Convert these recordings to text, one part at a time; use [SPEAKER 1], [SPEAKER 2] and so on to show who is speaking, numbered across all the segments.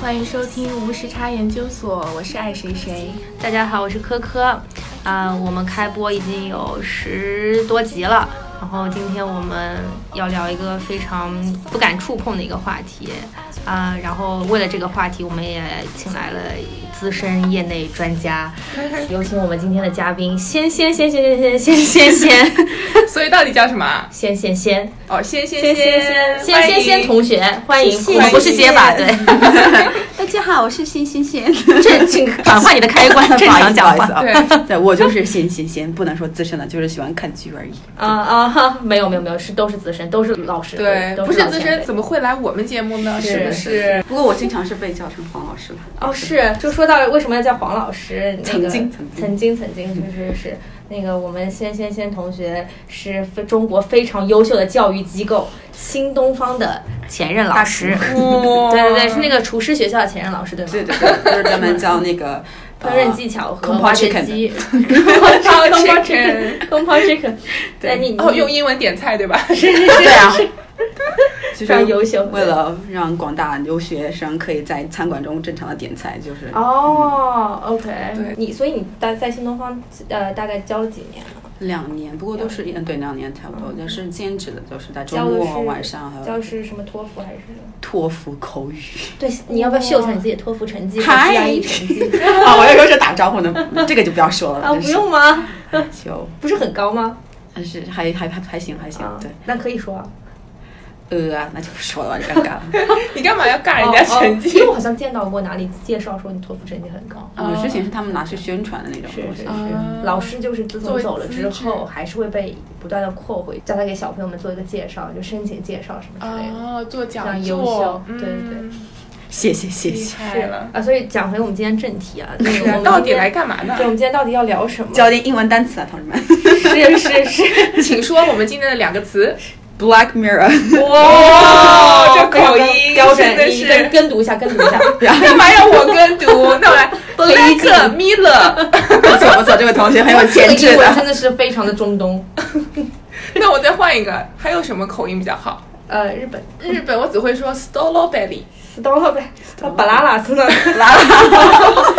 [SPEAKER 1] 欢迎收听无时差研究所，我是爱谁谁。
[SPEAKER 2] 大家好，我是科科，啊、我们开播已经有十多集了，然后今天我们要聊一个非常不敢触碰的一个话题，啊、然后为了这个话题，我们也请来了资深业内专家，有请我们今天的嘉宾，先先先先先先先先
[SPEAKER 3] 所以到底叫什么啊？
[SPEAKER 2] 先先先
[SPEAKER 3] 哦，仙仙
[SPEAKER 2] 先
[SPEAKER 3] 仙
[SPEAKER 2] 先先先先同学，欢迎，
[SPEAKER 4] 谢谢
[SPEAKER 2] 我们不是结巴，对，
[SPEAKER 4] 大家好，我是新新鲜。
[SPEAKER 2] 这请转换你的开关，正常讲话。
[SPEAKER 3] 对，
[SPEAKER 4] 啊 对我就是新新鲜，不能说资深的，就是喜欢看剧而已。
[SPEAKER 2] 啊啊哈，没有没有没有，是都是资深，都是老师，
[SPEAKER 3] 对，
[SPEAKER 2] 都
[SPEAKER 3] 不
[SPEAKER 2] 是
[SPEAKER 3] 是
[SPEAKER 2] 老
[SPEAKER 3] 资
[SPEAKER 2] 前
[SPEAKER 3] 深
[SPEAKER 2] 辈
[SPEAKER 3] 怎么会来我们节目呢？
[SPEAKER 2] 是
[SPEAKER 3] 是不是？
[SPEAKER 4] 不过我经常是被叫成黄老师了。
[SPEAKER 2] 哦，是，就说到为什么要叫黄老师，那个、
[SPEAKER 4] 曾经
[SPEAKER 2] 曾经曾经是是是，那个我们先先先同学是非中国非常优秀的教育机构新东方的前任老师，
[SPEAKER 3] 哦
[SPEAKER 2] 对对对，是那个厨师学校的前任老师对吗？
[SPEAKER 4] 对对对，就是专门教那 个呃
[SPEAKER 2] 烹饪技巧和
[SPEAKER 4] Compo
[SPEAKER 2] 挖掘
[SPEAKER 4] chicken
[SPEAKER 2] 机 ，Compo
[SPEAKER 3] Compo
[SPEAKER 2] chicken，Compo chicken，对你
[SPEAKER 3] 哦，用
[SPEAKER 2] 你
[SPEAKER 3] 英文点菜对吧？
[SPEAKER 2] 是是
[SPEAKER 4] 对
[SPEAKER 2] 是
[SPEAKER 4] 啊，
[SPEAKER 2] 非
[SPEAKER 4] 就
[SPEAKER 2] 常
[SPEAKER 4] 是
[SPEAKER 2] 优秀，
[SPEAKER 4] 为了让广大留学生可以在餐馆中正常的点菜，就是
[SPEAKER 2] 哦，OK，
[SPEAKER 3] 对
[SPEAKER 2] 你所以你在在新东方呃大概教了几年了？
[SPEAKER 4] 两年，不过都是嗯对两年差不多，就是兼职的，就是在周
[SPEAKER 2] 教的
[SPEAKER 4] 末
[SPEAKER 2] 是
[SPEAKER 4] 晚上还
[SPEAKER 2] 教
[SPEAKER 4] 有
[SPEAKER 2] 的是什么托福还是什么？
[SPEAKER 4] 托福口语。
[SPEAKER 2] 对，你要不要秀一下你自己的托福成绩和
[SPEAKER 4] 嗨
[SPEAKER 2] GRE 成绩？
[SPEAKER 4] 啊，我要说是打招呼呢，这个就不要说了
[SPEAKER 2] 啊，不，用吗？
[SPEAKER 4] 真是 就
[SPEAKER 2] 不是很高吗？
[SPEAKER 4] 还是还还还还行还行，
[SPEAKER 2] 啊
[SPEAKER 4] 对。，
[SPEAKER 2] 那可以说啊。
[SPEAKER 4] 呃啊，那就不说 了，很尴尬了。
[SPEAKER 3] 你干嘛要尬人家成
[SPEAKER 2] 哦哦因
[SPEAKER 3] 绩
[SPEAKER 2] 为？我好像见到过哪里介绍说你托福成绩很高。
[SPEAKER 4] 我之前是他们拿去宣传的那种东
[SPEAKER 2] 是
[SPEAKER 4] 西
[SPEAKER 2] 是，
[SPEAKER 3] 啊
[SPEAKER 2] 老师就是自
[SPEAKER 3] 作
[SPEAKER 2] 从
[SPEAKER 3] 为
[SPEAKER 2] 走了之
[SPEAKER 3] 资质
[SPEAKER 2] 后，还是会被不断的扩回，叫他给小朋友们做一个介绍，就申请介绍什么之类的。
[SPEAKER 3] 哦，做
[SPEAKER 2] 非
[SPEAKER 3] 讲
[SPEAKER 2] 常优
[SPEAKER 3] 座
[SPEAKER 2] 秀，对对
[SPEAKER 4] 谢谢谢
[SPEAKER 3] 对厉
[SPEAKER 4] 谢。
[SPEAKER 3] 害了。
[SPEAKER 2] 啊，所以讲回我们今天正题 啊，那
[SPEAKER 3] 是
[SPEAKER 2] 个我
[SPEAKER 3] 啊
[SPEAKER 2] 们
[SPEAKER 3] 到底
[SPEAKER 2] 今天
[SPEAKER 3] 来干嘛呢
[SPEAKER 2] 对，？我们今天到底要聊什么？
[SPEAKER 4] 教点英文单词啊，同志们。
[SPEAKER 2] 是是 是，
[SPEAKER 3] 请说我们今天的两个词。
[SPEAKER 4] Black Mirror，
[SPEAKER 3] 哇哦这
[SPEAKER 2] 非常
[SPEAKER 3] 口
[SPEAKER 2] 的
[SPEAKER 3] 音
[SPEAKER 2] 标准
[SPEAKER 3] 真的
[SPEAKER 2] 哦音，
[SPEAKER 3] 是
[SPEAKER 2] 跟跟读一下，跟读一 下。
[SPEAKER 3] 干嘛要我跟读？那我来，Black Mirror。
[SPEAKER 4] 不错不错，这位同学很有潜质
[SPEAKER 2] 这个英文
[SPEAKER 4] 的。
[SPEAKER 2] 真的是非常的中东，
[SPEAKER 3] 那我再换一个，还有什么口音比较好？
[SPEAKER 2] 呃，日本
[SPEAKER 3] 日本我只会说 Stolo Belly。
[SPEAKER 2] stop 呗，那巴拉拉斯呢？
[SPEAKER 4] 拉拉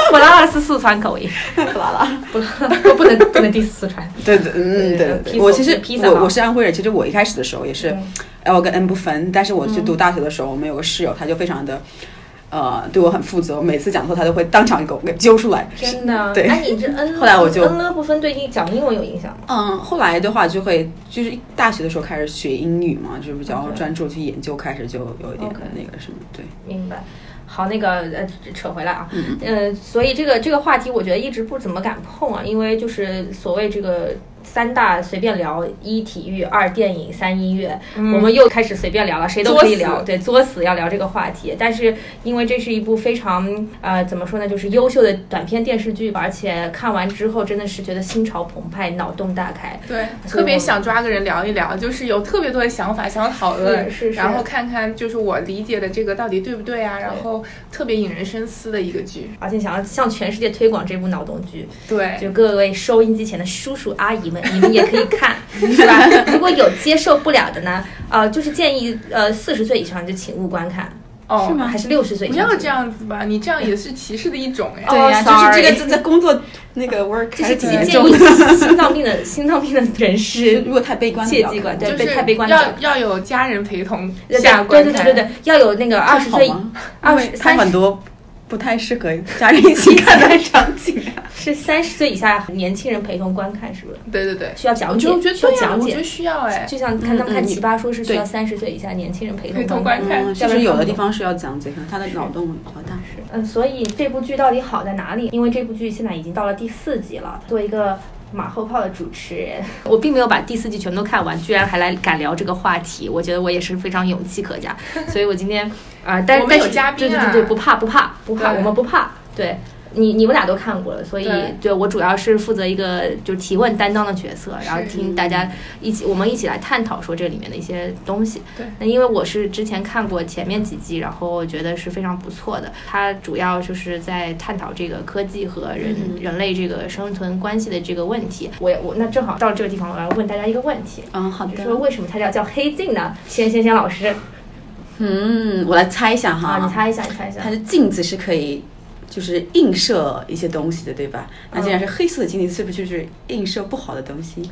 [SPEAKER 2] 巴拉拉斯四川口音，
[SPEAKER 4] 拉拉，
[SPEAKER 2] 不不不能不能 diss 四川。
[SPEAKER 4] 对对嗯
[SPEAKER 2] 对披
[SPEAKER 4] 对对
[SPEAKER 2] 萨
[SPEAKER 4] 对，我其实
[SPEAKER 2] 披萨嘛
[SPEAKER 4] 我我是安徽人，其实我一开始的时候也是
[SPEAKER 2] 嗯
[SPEAKER 4] L 跟 N 不分，但是我去读大学的时候，我们有个室友，他就非常的呃对我很负责，每次讲错他都会当场给我给揪出来。
[SPEAKER 2] 真的，
[SPEAKER 4] 对
[SPEAKER 2] 哎，你这 n
[SPEAKER 4] 后来我就
[SPEAKER 2] n 了不分对英讲英文有影响吗？
[SPEAKER 4] 嗯，后来的话就会就是大学的时候开始学英语嘛，就是比较
[SPEAKER 2] OK
[SPEAKER 4] 专注去研究，开始就有一点
[SPEAKER 2] OK
[SPEAKER 4] 那个什么，对，
[SPEAKER 2] 明白。好，那个呃，扯回来啊，
[SPEAKER 3] 嗯
[SPEAKER 2] 呃，所以这个这个话题，我觉得一直不怎么敢碰啊，因为就是所谓这个三大随便聊，一体育，二电影，三音乐，我们又开始随便聊了，谁都可以
[SPEAKER 3] 嗯作
[SPEAKER 2] 聊，
[SPEAKER 3] 死
[SPEAKER 2] 对，作死要聊这个话题。但是因为这是一部非常呃怎么说呢，就是优秀的短片电视剧吧，而且看完之后真的是觉得心潮澎湃，脑洞大开。
[SPEAKER 3] 对，
[SPEAKER 2] 所以
[SPEAKER 3] 特别
[SPEAKER 2] 我们
[SPEAKER 3] 想抓个人聊一聊，就是有特别多的想法想要讨论，
[SPEAKER 2] 是是是
[SPEAKER 3] 然后看看就是我理解的这个到底对不对啊，然后特别引人深思的一个剧。
[SPEAKER 2] 而且想要向全世界推广这部脑洞剧，
[SPEAKER 3] 对，
[SPEAKER 2] 就各位收音机前的叔叔阿姨们，你们也可 以看，是吧？如果有接受不了的呢，呃，就是建议呃四十岁以上就请勿观看，
[SPEAKER 3] 哦，
[SPEAKER 4] 是吗
[SPEAKER 2] 还是六十岁以
[SPEAKER 3] 不
[SPEAKER 2] 上？
[SPEAKER 3] 要这，样子吧，你这样也是歧视的一种哎。
[SPEAKER 2] 哦
[SPEAKER 4] 对呀、就是这
[SPEAKER 2] sorry
[SPEAKER 4] 个这在工作那 个 work
[SPEAKER 2] 这
[SPEAKER 4] 还是
[SPEAKER 2] 是
[SPEAKER 4] 挺
[SPEAKER 2] 建议
[SPEAKER 4] 严重 的。
[SPEAKER 2] 心脏病的心脏病的人士
[SPEAKER 4] 如果太悲观了，
[SPEAKER 2] 切
[SPEAKER 4] 不
[SPEAKER 2] 记
[SPEAKER 4] 要
[SPEAKER 2] 观
[SPEAKER 4] 看
[SPEAKER 2] 对
[SPEAKER 3] 就
[SPEAKER 2] 被
[SPEAKER 3] 是
[SPEAKER 2] 太悲观了
[SPEAKER 3] 要要有家人陪同
[SPEAKER 2] 对
[SPEAKER 3] 下观
[SPEAKER 2] 对对
[SPEAKER 3] 看。
[SPEAKER 2] 对对对，要有那个二十
[SPEAKER 4] 好
[SPEAKER 2] 岁
[SPEAKER 4] 吗？
[SPEAKER 2] 二十
[SPEAKER 4] 看
[SPEAKER 2] 三
[SPEAKER 4] 很
[SPEAKER 2] 十
[SPEAKER 4] 多不太适合家人一起看的场景啊。
[SPEAKER 2] 是三十岁以下年轻人陪同观看，是不是？
[SPEAKER 3] 对对对
[SPEAKER 2] 需要讲解，
[SPEAKER 3] 就我觉得
[SPEAKER 2] 需要
[SPEAKER 3] 对呀，
[SPEAKER 2] 讲
[SPEAKER 3] 我觉得
[SPEAKER 2] 解。
[SPEAKER 3] 需要哎。
[SPEAKER 2] 就像看他们看
[SPEAKER 4] 嗯
[SPEAKER 2] 《
[SPEAKER 4] 嗯
[SPEAKER 2] 奇葩说》是需要
[SPEAKER 4] 对
[SPEAKER 2] 三十岁以下年轻人陪
[SPEAKER 3] 陪同
[SPEAKER 2] 同
[SPEAKER 3] 观
[SPEAKER 2] 观看。
[SPEAKER 3] 看
[SPEAKER 4] 嗯，其实有的地方是要讲解，可能他的脑洞比较大。
[SPEAKER 2] 嗯，所以这部剧到底好在哪里？因为这部剧现在已经到了第四集了，作为一个。马后炮的主持人，我并没有把第四季全都看完，居然还来敢聊这个话题，我觉得我也是非常勇气可 嘉。所以我今天啊、呃但
[SPEAKER 3] 我们
[SPEAKER 2] 但
[SPEAKER 3] 有
[SPEAKER 2] 是
[SPEAKER 3] 嘉宾啊
[SPEAKER 2] 对对对对，不怕不怕不怕，
[SPEAKER 3] 对
[SPEAKER 2] 我们不怕。对你你们俩都看过了，所以
[SPEAKER 3] 对
[SPEAKER 2] 我主要是负责一个就是提问担当的角色，然后
[SPEAKER 3] 是
[SPEAKER 2] 听大家一起我们一起来探讨说这里面的一些东西。
[SPEAKER 3] 对
[SPEAKER 2] 那因为我是之前看过前面几季，然后我觉得是非常不错的。它主要就是在探讨这个科技和人、人类这个生存关系的这个问题。我我那正好到这个地方，我要问大家一个问题，
[SPEAKER 4] 嗯，好
[SPEAKER 2] 就是说为什么它要叫黑镜呢？先先先老师，
[SPEAKER 4] 嗯，我来猜一下哈，
[SPEAKER 5] 啊，你猜一下，你猜一下
[SPEAKER 4] 它。的镜子是可以，就是映射一些东西的，对吧？那
[SPEAKER 5] 嗯
[SPEAKER 4] 既然是黑色的镜子，是不是就是映射不好的东西？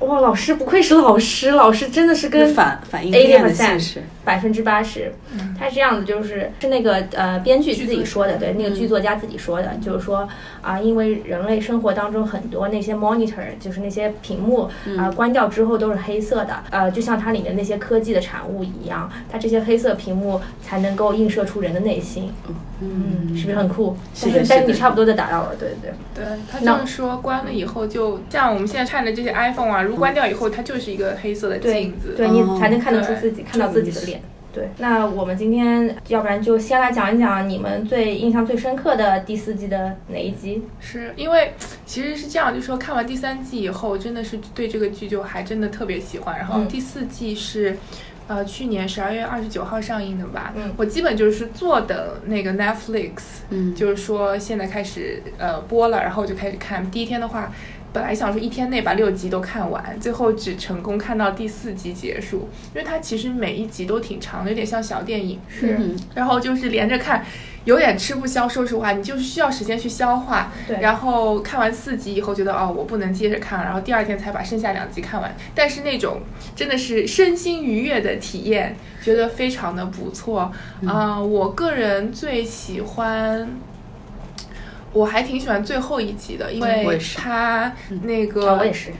[SPEAKER 5] 哇，老师不愧是老师，老师真的是
[SPEAKER 4] 就
[SPEAKER 5] 跟
[SPEAKER 4] 反反映黑暗的现实。
[SPEAKER 5] 百分之八十，他是这样子，就是是那个呃编剧自己说的，对，那个剧作家自己说的，就是说啊、因为人类生活当中很多那些 monitor，就是那些屏幕啊、关掉之后都是黑色的，呃，就像它里面那些科技的产物一样，它这些黑色屏幕才能够映射出人的内心，嗯，是不是很酷？
[SPEAKER 4] 是的
[SPEAKER 5] 但
[SPEAKER 4] 是的
[SPEAKER 5] 但你差不多就达到了，对对对。
[SPEAKER 3] 对他这
[SPEAKER 5] 那
[SPEAKER 3] 样说，关了以后就像我们现在看的这些 iPhone 啊，如果关掉以后，它就是一个黑色的镜子。
[SPEAKER 5] 对
[SPEAKER 4] 哦
[SPEAKER 5] 你才能看得出自己，看到自己的脸。对，那我们今天要不然就先来讲一讲你们最印象最深刻的第四季的哪一集？
[SPEAKER 3] 是因为其实是这样，就说看完第三季以后，真的是对这个剧就还真的特别喜欢。然后
[SPEAKER 5] 嗯
[SPEAKER 3] 第四季是。呃，去年十二月二十九号上映的吧，
[SPEAKER 5] 嗯
[SPEAKER 3] 我基本就是坐等那个 Netflix，
[SPEAKER 4] 嗯
[SPEAKER 3] 就是说现在开始呃播了，然后我就开始看。第一天的话，本来想说一天内把六集都看完，最后只成功看到第四集结束，因为它其实每一集都挺长的，有点像小电影。
[SPEAKER 5] 是
[SPEAKER 4] 嗯
[SPEAKER 3] 然后就是连着看，有点吃不消。说实话，你就是需要时间去消化。
[SPEAKER 5] 对
[SPEAKER 3] 然后看完四集以后，觉得哦，我不能接着看了，然后第二天才把剩下两集看完。但是那种真的是身心愉悦的体验，觉得非常的不错。啊、
[SPEAKER 4] 嗯
[SPEAKER 3] 我个人最喜欢。我还挺喜欢最后一集的，因
[SPEAKER 4] 嗯我
[SPEAKER 3] 为
[SPEAKER 4] 也是嗯
[SPEAKER 3] 它那
[SPEAKER 5] 啊我
[SPEAKER 3] 个
[SPEAKER 5] 也是，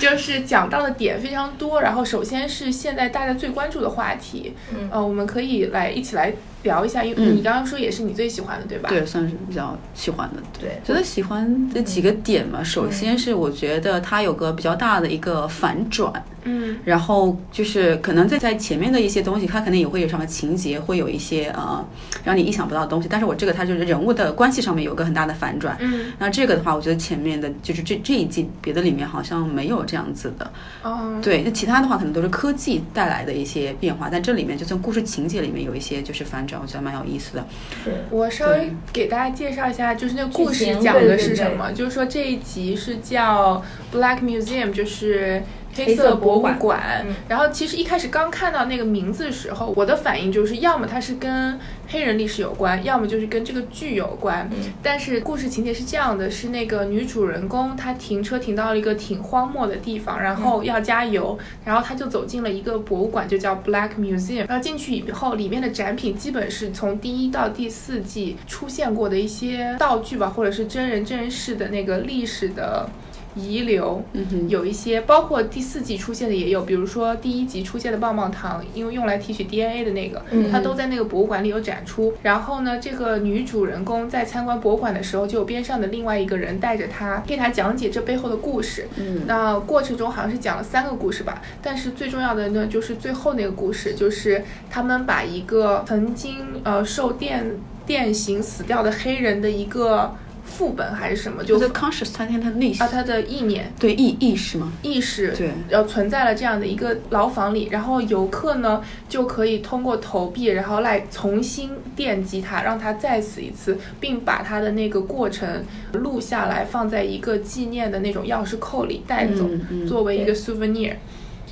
[SPEAKER 3] 就是讲到的点非常多。然后首先是现在大家最关注的话题，
[SPEAKER 5] 嗯
[SPEAKER 3] 呃，我们可以来一起来聊一下，因为
[SPEAKER 4] 嗯
[SPEAKER 3] 你刚刚说也是你最喜欢的，对吧？
[SPEAKER 4] 对，算是比较喜欢的。
[SPEAKER 5] 对，嗯
[SPEAKER 4] 觉得喜欢的几个点嘛，首先是我觉得它有个比较大的一个反转，
[SPEAKER 3] 嗯，
[SPEAKER 4] 然后就是可能在在前面的一些东西，它可能也会有什么情节，会有一些呃让你意想不到的东西，但是我这个它就是人物的关系上面有个很大的反转，
[SPEAKER 3] 嗯
[SPEAKER 4] 那这个的话，我觉得前面的就是这这一季别的里面好像没有这样子的。
[SPEAKER 3] 嗯，
[SPEAKER 4] 对，那其他的话可能都是科技带来的一些变化，但这里面就从故事情节里面有一些就是反转，我觉得蛮有意思的。
[SPEAKER 5] 是
[SPEAKER 3] 我稍微给大家介绍一下，就是那个故
[SPEAKER 5] 剧
[SPEAKER 3] 事
[SPEAKER 5] 情
[SPEAKER 3] 讲的
[SPEAKER 5] 对
[SPEAKER 3] 是
[SPEAKER 5] 对
[SPEAKER 3] 什
[SPEAKER 5] 对
[SPEAKER 3] 么，就是说这一集是叫 Black Museum，就是。黑
[SPEAKER 5] 黑色
[SPEAKER 3] 色博物
[SPEAKER 5] 博物
[SPEAKER 3] 馆
[SPEAKER 5] 嗯，
[SPEAKER 3] 然后其实一开始刚看到那个名字的时候，我的反应就是要么它是跟黑人历史有关，要么就是跟这个剧有关。
[SPEAKER 5] 嗯
[SPEAKER 3] 但是故事情节是这样的：是那个女主人公她停车停到了一个挺荒漠的地方，然
[SPEAKER 5] 嗯
[SPEAKER 3] 后要加油，然后她就走进了一个博物馆，就叫 Black Museum。然后进去以后，里面的展品基本是从第一到第四季出现过的一些道具吧，或者是真人真事的那个历史的。遗留，
[SPEAKER 4] 嗯哼，
[SPEAKER 3] 有一些，包括第四季出现的也有，比如说第一集出现的棒棒糖，因为用来提取 DNA 的那个，
[SPEAKER 5] 嗯
[SPEAKER 3] 它都在那个博物馆里有展出。然后呢，这个女主人公在参观博物馆的时候，就有边上的另外一个人带着她，给她讲解这背后的故事。
[SPEAKER 4] 嗯
[SPEAKER 3] 那过程中好像是讲了三个故事吧，但是最重要的呢，就是最后那个故事，就是他们把一个曾经呃受电电刑死掉的黑人的一个副本还是什么，就
[SPEAKER 4] 就是 conscious，它它它内
[SPEAKER 3] 啊
[SPEAKER 4] 心
[SPEAKER 3] 他的意念
[SPEAKER 4] 对意意识嘛，
[SPEAKER 3] 意识
[SPEAKER 4] 对，
[SPEAKER 3] 然后存在了这样的一个牢房里，然后游客呢就可以通过投币，然后来重新电击它，让它再死一次，并把它的那个过程录下来，放在一个纪念的那种钥匙扣里带走，
[SPEAKER 4] 嗯嗯
[SPEAKER 3] 作为一个 souvenir。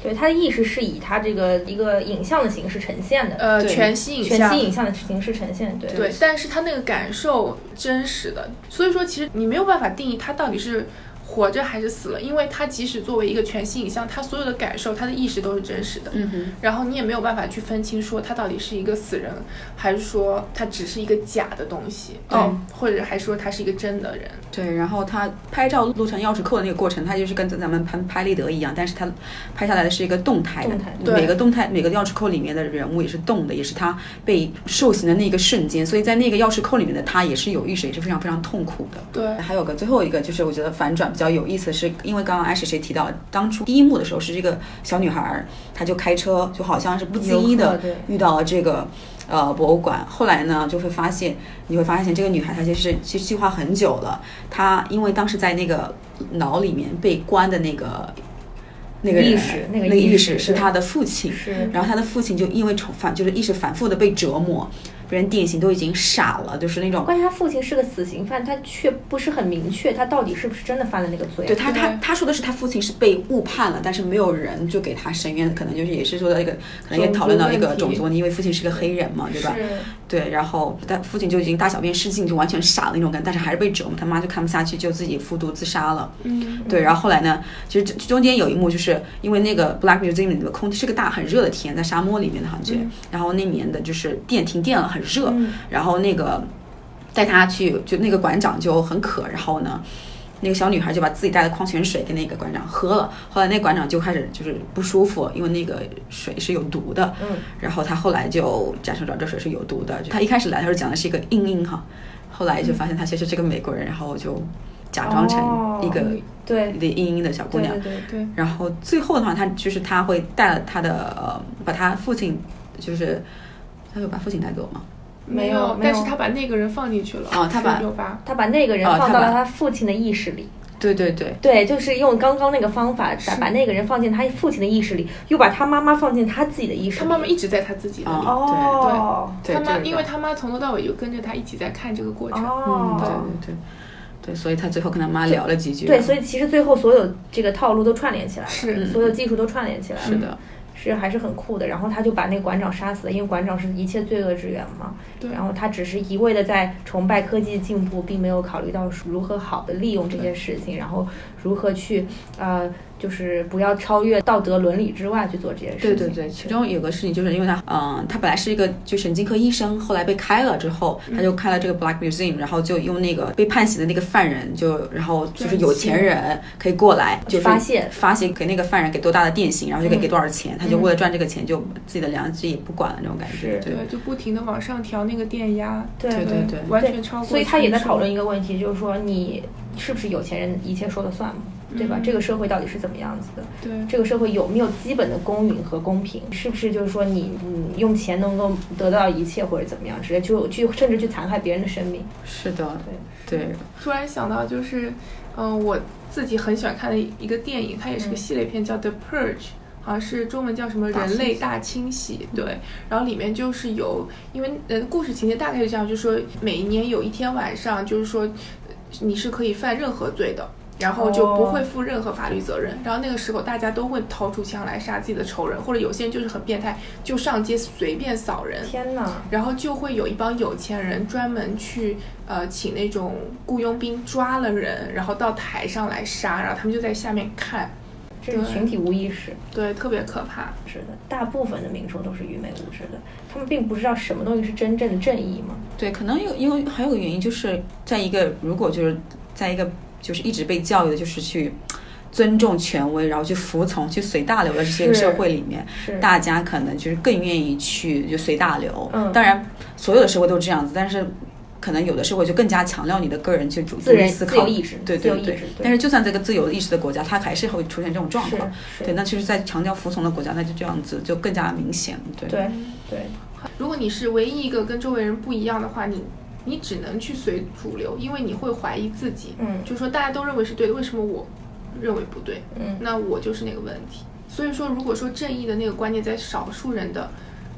[SPEAKER 5] 对，它的意识是以它这个一个影像的形式呈现的，
[SPEAKER 3] 呃，
[SPEAKER 4] 对
[SPEAKER 3] 全息影
[SPEAKER 5] 全
[SPEAKER 3] 像
[SPEAKER 5] 息。影像的形式呈现，对
[SPEAKER 3] 对，但是它那个感受真实的，所以说其实你没有办法定义它到底是活着还是死了，因为它即使作为一个全息影像，它所有的感受、它的意识都是真实的。
[SPEAKER 4] 嗯哼，
[SPEAKER 3] 然后你也没有办法去分清说他到底是一个死人，还是说他只是一个假的东西，
[SPEAKER 4] 对
[SPEAKER 3] 哦，或者还说他是一个真的人，
[SPEAKER 4] 对。然后它拍照录成钥匙扣的那个过程，它就是跟咱们拍拍立得一样，但是它拍下来的是一个动态的
[SPEAKER 5] 动态，
[SPEAKER 3] 对
[SPEAKER 4] 每个动态每个钥匙扣里面的人物也是动的，也是他被受刑的那个瞬间，所以在那个钥匙扣里面的他也是有意识，也是非常非常痛苦的。
[SPEAKER 3] 对，
[SPEAKER 4] 还有个最后一个，就是我觉得反转比较有意思，是因为刚刚爱谁谁提到，当初第一幕的时候是这个小女孩儿，她就开车，就好像是不经意
[SPEAKER 5] 游客
[SPEAKER 4] 的
[SPEAKER 5] 对
[SPEAKER 4] 遇到了这个呃博物馆，后来呢就会发现，你会发现这个女孩她其实其实计划很久了，她因为当时在那个牢里面被关的那个那个人
[SPEAKER 5] 意识那
[SPEAKER 4] 那
[SPEAKER 5] 个
[SPEAKER 4] 意
[SPEAKER 5] 意
[SPEAKER 4] 识
[SPEAKER 5] 识
[SPEAKER 4] 是
[SPEAKER 5] 对
[SPEAKER 4] 她的父亲，
[SPEAKER 5] 是
[SPEAKER 4] 然后他的父亲就因为重反就是一直反复的被折磨，被人定型，都已经傻了，就是那种。
[SPEAKER 2] 关键他父亲是个死刑犯，他却不是很明确他到底是不是真的犯了那个罪。
[SPEAKER 4] 对他，他
[SPEAKER 3] 对
[SPEAKER 4] 他说的是他父亲是被误判了，但是没有人就给他申冤，可能就是也是说到一个，可能也讨论到一个
[SPEAKER 3] 种
[SPEAKER 4] 种
[SPEAKER 3] 族
[SPEAKER 4] 族问题，因为父亲是个黑人嘛，对吧？对，然后他父亲就已经大小便失禁，就完全傻了那种感觉，但是还是被折磨，他妈就看不下去，就自己服毒自杀了。
[SPEAKER 3] 嗯，
[SPEAKER 4] 对，然后后来呢，其实这中间有一幕，就是因为那个《Black Museum》里的空是个大很热的天，在沙漠里面的感觉，
[SPEAKER 2] 嗯
[SPEAKER 4] 然后那年的就是电停电了，很热，然后那个带他去，就那个馆长就很渴，然后呢。那个小女孩就把自己带的矿泉水给那个馆长喝了，后来那馆长就开始就是不舒服，因为那个水是有毒的，
[SPEAKER 2] 嗯，
[SPEAKER 4] 然后他后来就感受到这水是有毒的。就他一开始来的时候讲的是一个英英哈，后来就发现他其实是个美国人，然后就假装成一个
[SPEAKER 2] 哦对
[SPEAKER 4] 的英英的小姑
[SPEAKER 2] 对
[SPEAKER 4] 娘
[SPEAKER 2] 对。对，
[SPEAKER 3] 对，
[SPEAKER 4] 然后最后的话，他就是他会带了他的呃，把他父亲就是他有把父亲带走吗？
[SPEAKER 2] 没有没
[SPEAKER 3] 但是
[SPEAKER 2] 有
[SPEAKER 3] 他把那个人放进去了。
[SPEAKER 4] 哦他把
[SPEAKER 3] 六八，
[SPEAKER 2] 他把那个人
[SPEAKER 4] 哦
[SPEAKER 2] 放
[SPEAKER 4] 他
[SPEAKER 2] 到了
[SPEAKER 4] 把
[SPEAKER 2] 他父亲的意识里。
[SPEAKER 4] 对对对，
[SPEAKER 2] 对，就是用刚刚那个方法，把把那个人放进他父亲的意识里，又把他妈妈放进他自己的意识里。
[SPEAKER 3] 他妈妈一直在他自己那里。
[SPEAKER 4] 哦
[SPEAKER 2] 哦，
[SPEAKER 4] 对
[SPEAKER 3] 他妈，
[SPEAKER 4] 这个
[SPEAKER 3] 因为他妈从头到尾就跟着他一起在看这个过程。
[SPEAKER 4] 嗯，对
[SPEAKER 2] 哦，
[SPEAKER 4] 对对对，所以他最后跟他妈聊了几句。
[SPEAKER 2] 对，所以其实最后所有这个套路都串联起来了，
[SPEAKER 3] 是
[SPEAKER 2] 所有技术都串联起来了，
[SPEAKER 4] 是的，
[SPEAKER 2] 是还是很酷的。然后他就把那个馆长杀死了，因为馆长是一切罪恶之源嘛。
[SPEAKER 3] 对
[SPEAKER 2] 然后他只是一味的在崇拜科技的进步，并没有考虑到如何好的利用这些事情，然后如何去呃，就是不要超越道德伦理之外去做这些
[SPEAKER 4] 对
[SPEAKER 2] 事情。
[SPEAKER 4] 对对，其中有个事情，就是因为他，嗯、他本来是一个就神经科医生，后来被开了之后，他就开了这个 Black Museum，然后就用那个被判刑的那个犯人，就然后就是有钱人可以过来，就是
[SPEAKER 2] 发泄
[SPEAKER 4] 发泄给那个犯人给多大的电刑，然后就
[SPEAKER 2] 嗯
[SPEAKER 4] 给给多少钱，他就为了赚这个钱，就自己的良知也不管了那种感觉。
[SPEAKER 2] 是
[SPEAKER 4] 对
[SPEAKER 3] 就不停的往上调那个电压，
[SPEAKER 2] 对
[SPEAKER 4] 对对对
[SPEAKER 3] 完
[SPEAKER 2] 对
[SPEAKER 3] 全超过。
[SPEAKER 2] 所以他也在讨论，一个问题，就是说你是不是有钱人一切说了算嘛，对吧？
[SPEAKER 3] 嗯
[SPEAKER 2] 这个社会到底是怎么样子的？
[SPEAKER 3] 对，
[SPEAKER 2] 这个社会有没有基本的公允和公平？是不是就是说你嗯用钱能够得到一切或者怎么样之类，就去甚至去残害别人的生命？
[SPEAKER 4] 是的，对，
[SPEAKER 3] 突然想到就是，嗯、我自己很喜欢看的一个电影，它也是个系列片，叫《The Purge》。好像是中文叫什么“
[SPEAKER 4] 大
[SPEAKER 3] 人类嗯大清洗”，嗯对，然后里面就是有，因为呃故事情节大概是这样，就是说每一年有一天晚上，就是说呃你是可以犯任何罪的，然后就不
[SPEAKER 2] 哦
[SPEAKER 3] 会负任何法律责任。然后那个时候大家都会掏出枪来杀自己的仇人，或者有些人就是很变态，就上街随便扫人，
[SPEAKER 2] 天哪！
[SPEAKER 3] 然后就会有一帮有钱人专门去呃请那种雇佣兵抓了人，然后到台上来杀，然后他们就在下面看，
[SPEAKER 2] 这是
[SPEAKER 3] 对
[SPEAKER 2] 群体无意识，
[SPEAKER 3] 对，特别可怕。
[SPEAKER 2] 是的。大部分的民众都是愚昧无知的，他们并不知道什么东西是真正的正义嘛。
[SPEAKER 4] 对，可能有因为还有个原因，就是在一个如果就是在一个就是一直被教育的就是去尊重权威，然后去服从、去随大流的这个
[SPEAKER 2] 是
[SPEAKER 4] 社会里面，
[SPEAKER 2] 是
[SPEAKER 4] 大家可能就是更愿意去就随大流。
[SPEAKER 2] 嗯
[SPEAKER 4] 当然所有的社会都这样子，但是。可能有的社会就更加强调你的个人去主
[SPEAKER 2] 自
[SPEAKER 4] 独立
[SPEAKER 2] 然
[SPEAKER 4] 思考，
[SPEAKER 2] 自由意志，
[SPEAKER 4] 对
[SPEAKER 2] 自
[SPEAKER 4] 对
[SPEAKER 2] 由意志。
[SPEAKER 4] 对
[SPEAKER 2] 对。
[SPEAKER 4] 但是就算这个自由意识的国家，它还是会出现这种状
[SPEAKER 2] 是
[SPEAKER 4] 况。
[SPEAKER 2] 是
[SPEAKER 4] 对，那其实，在强调服从的国家，那就这样子就更加明显。对，
[SPEAKER 2] 对对
[SPEAKER 3] 如果你是唯一一个跟周围人不一样的话，你你只能去随主流，因为你会怀疑自己，
[SPEAKER 2] 嗯
[SPEAKER 3] 就说大家都认为是对的，为什么我认为不对？
[SPEAKER 2] 嗯
[SPEAKER 3] 那我就是那个问题。所以说，如果说正义的那个观念在少数人的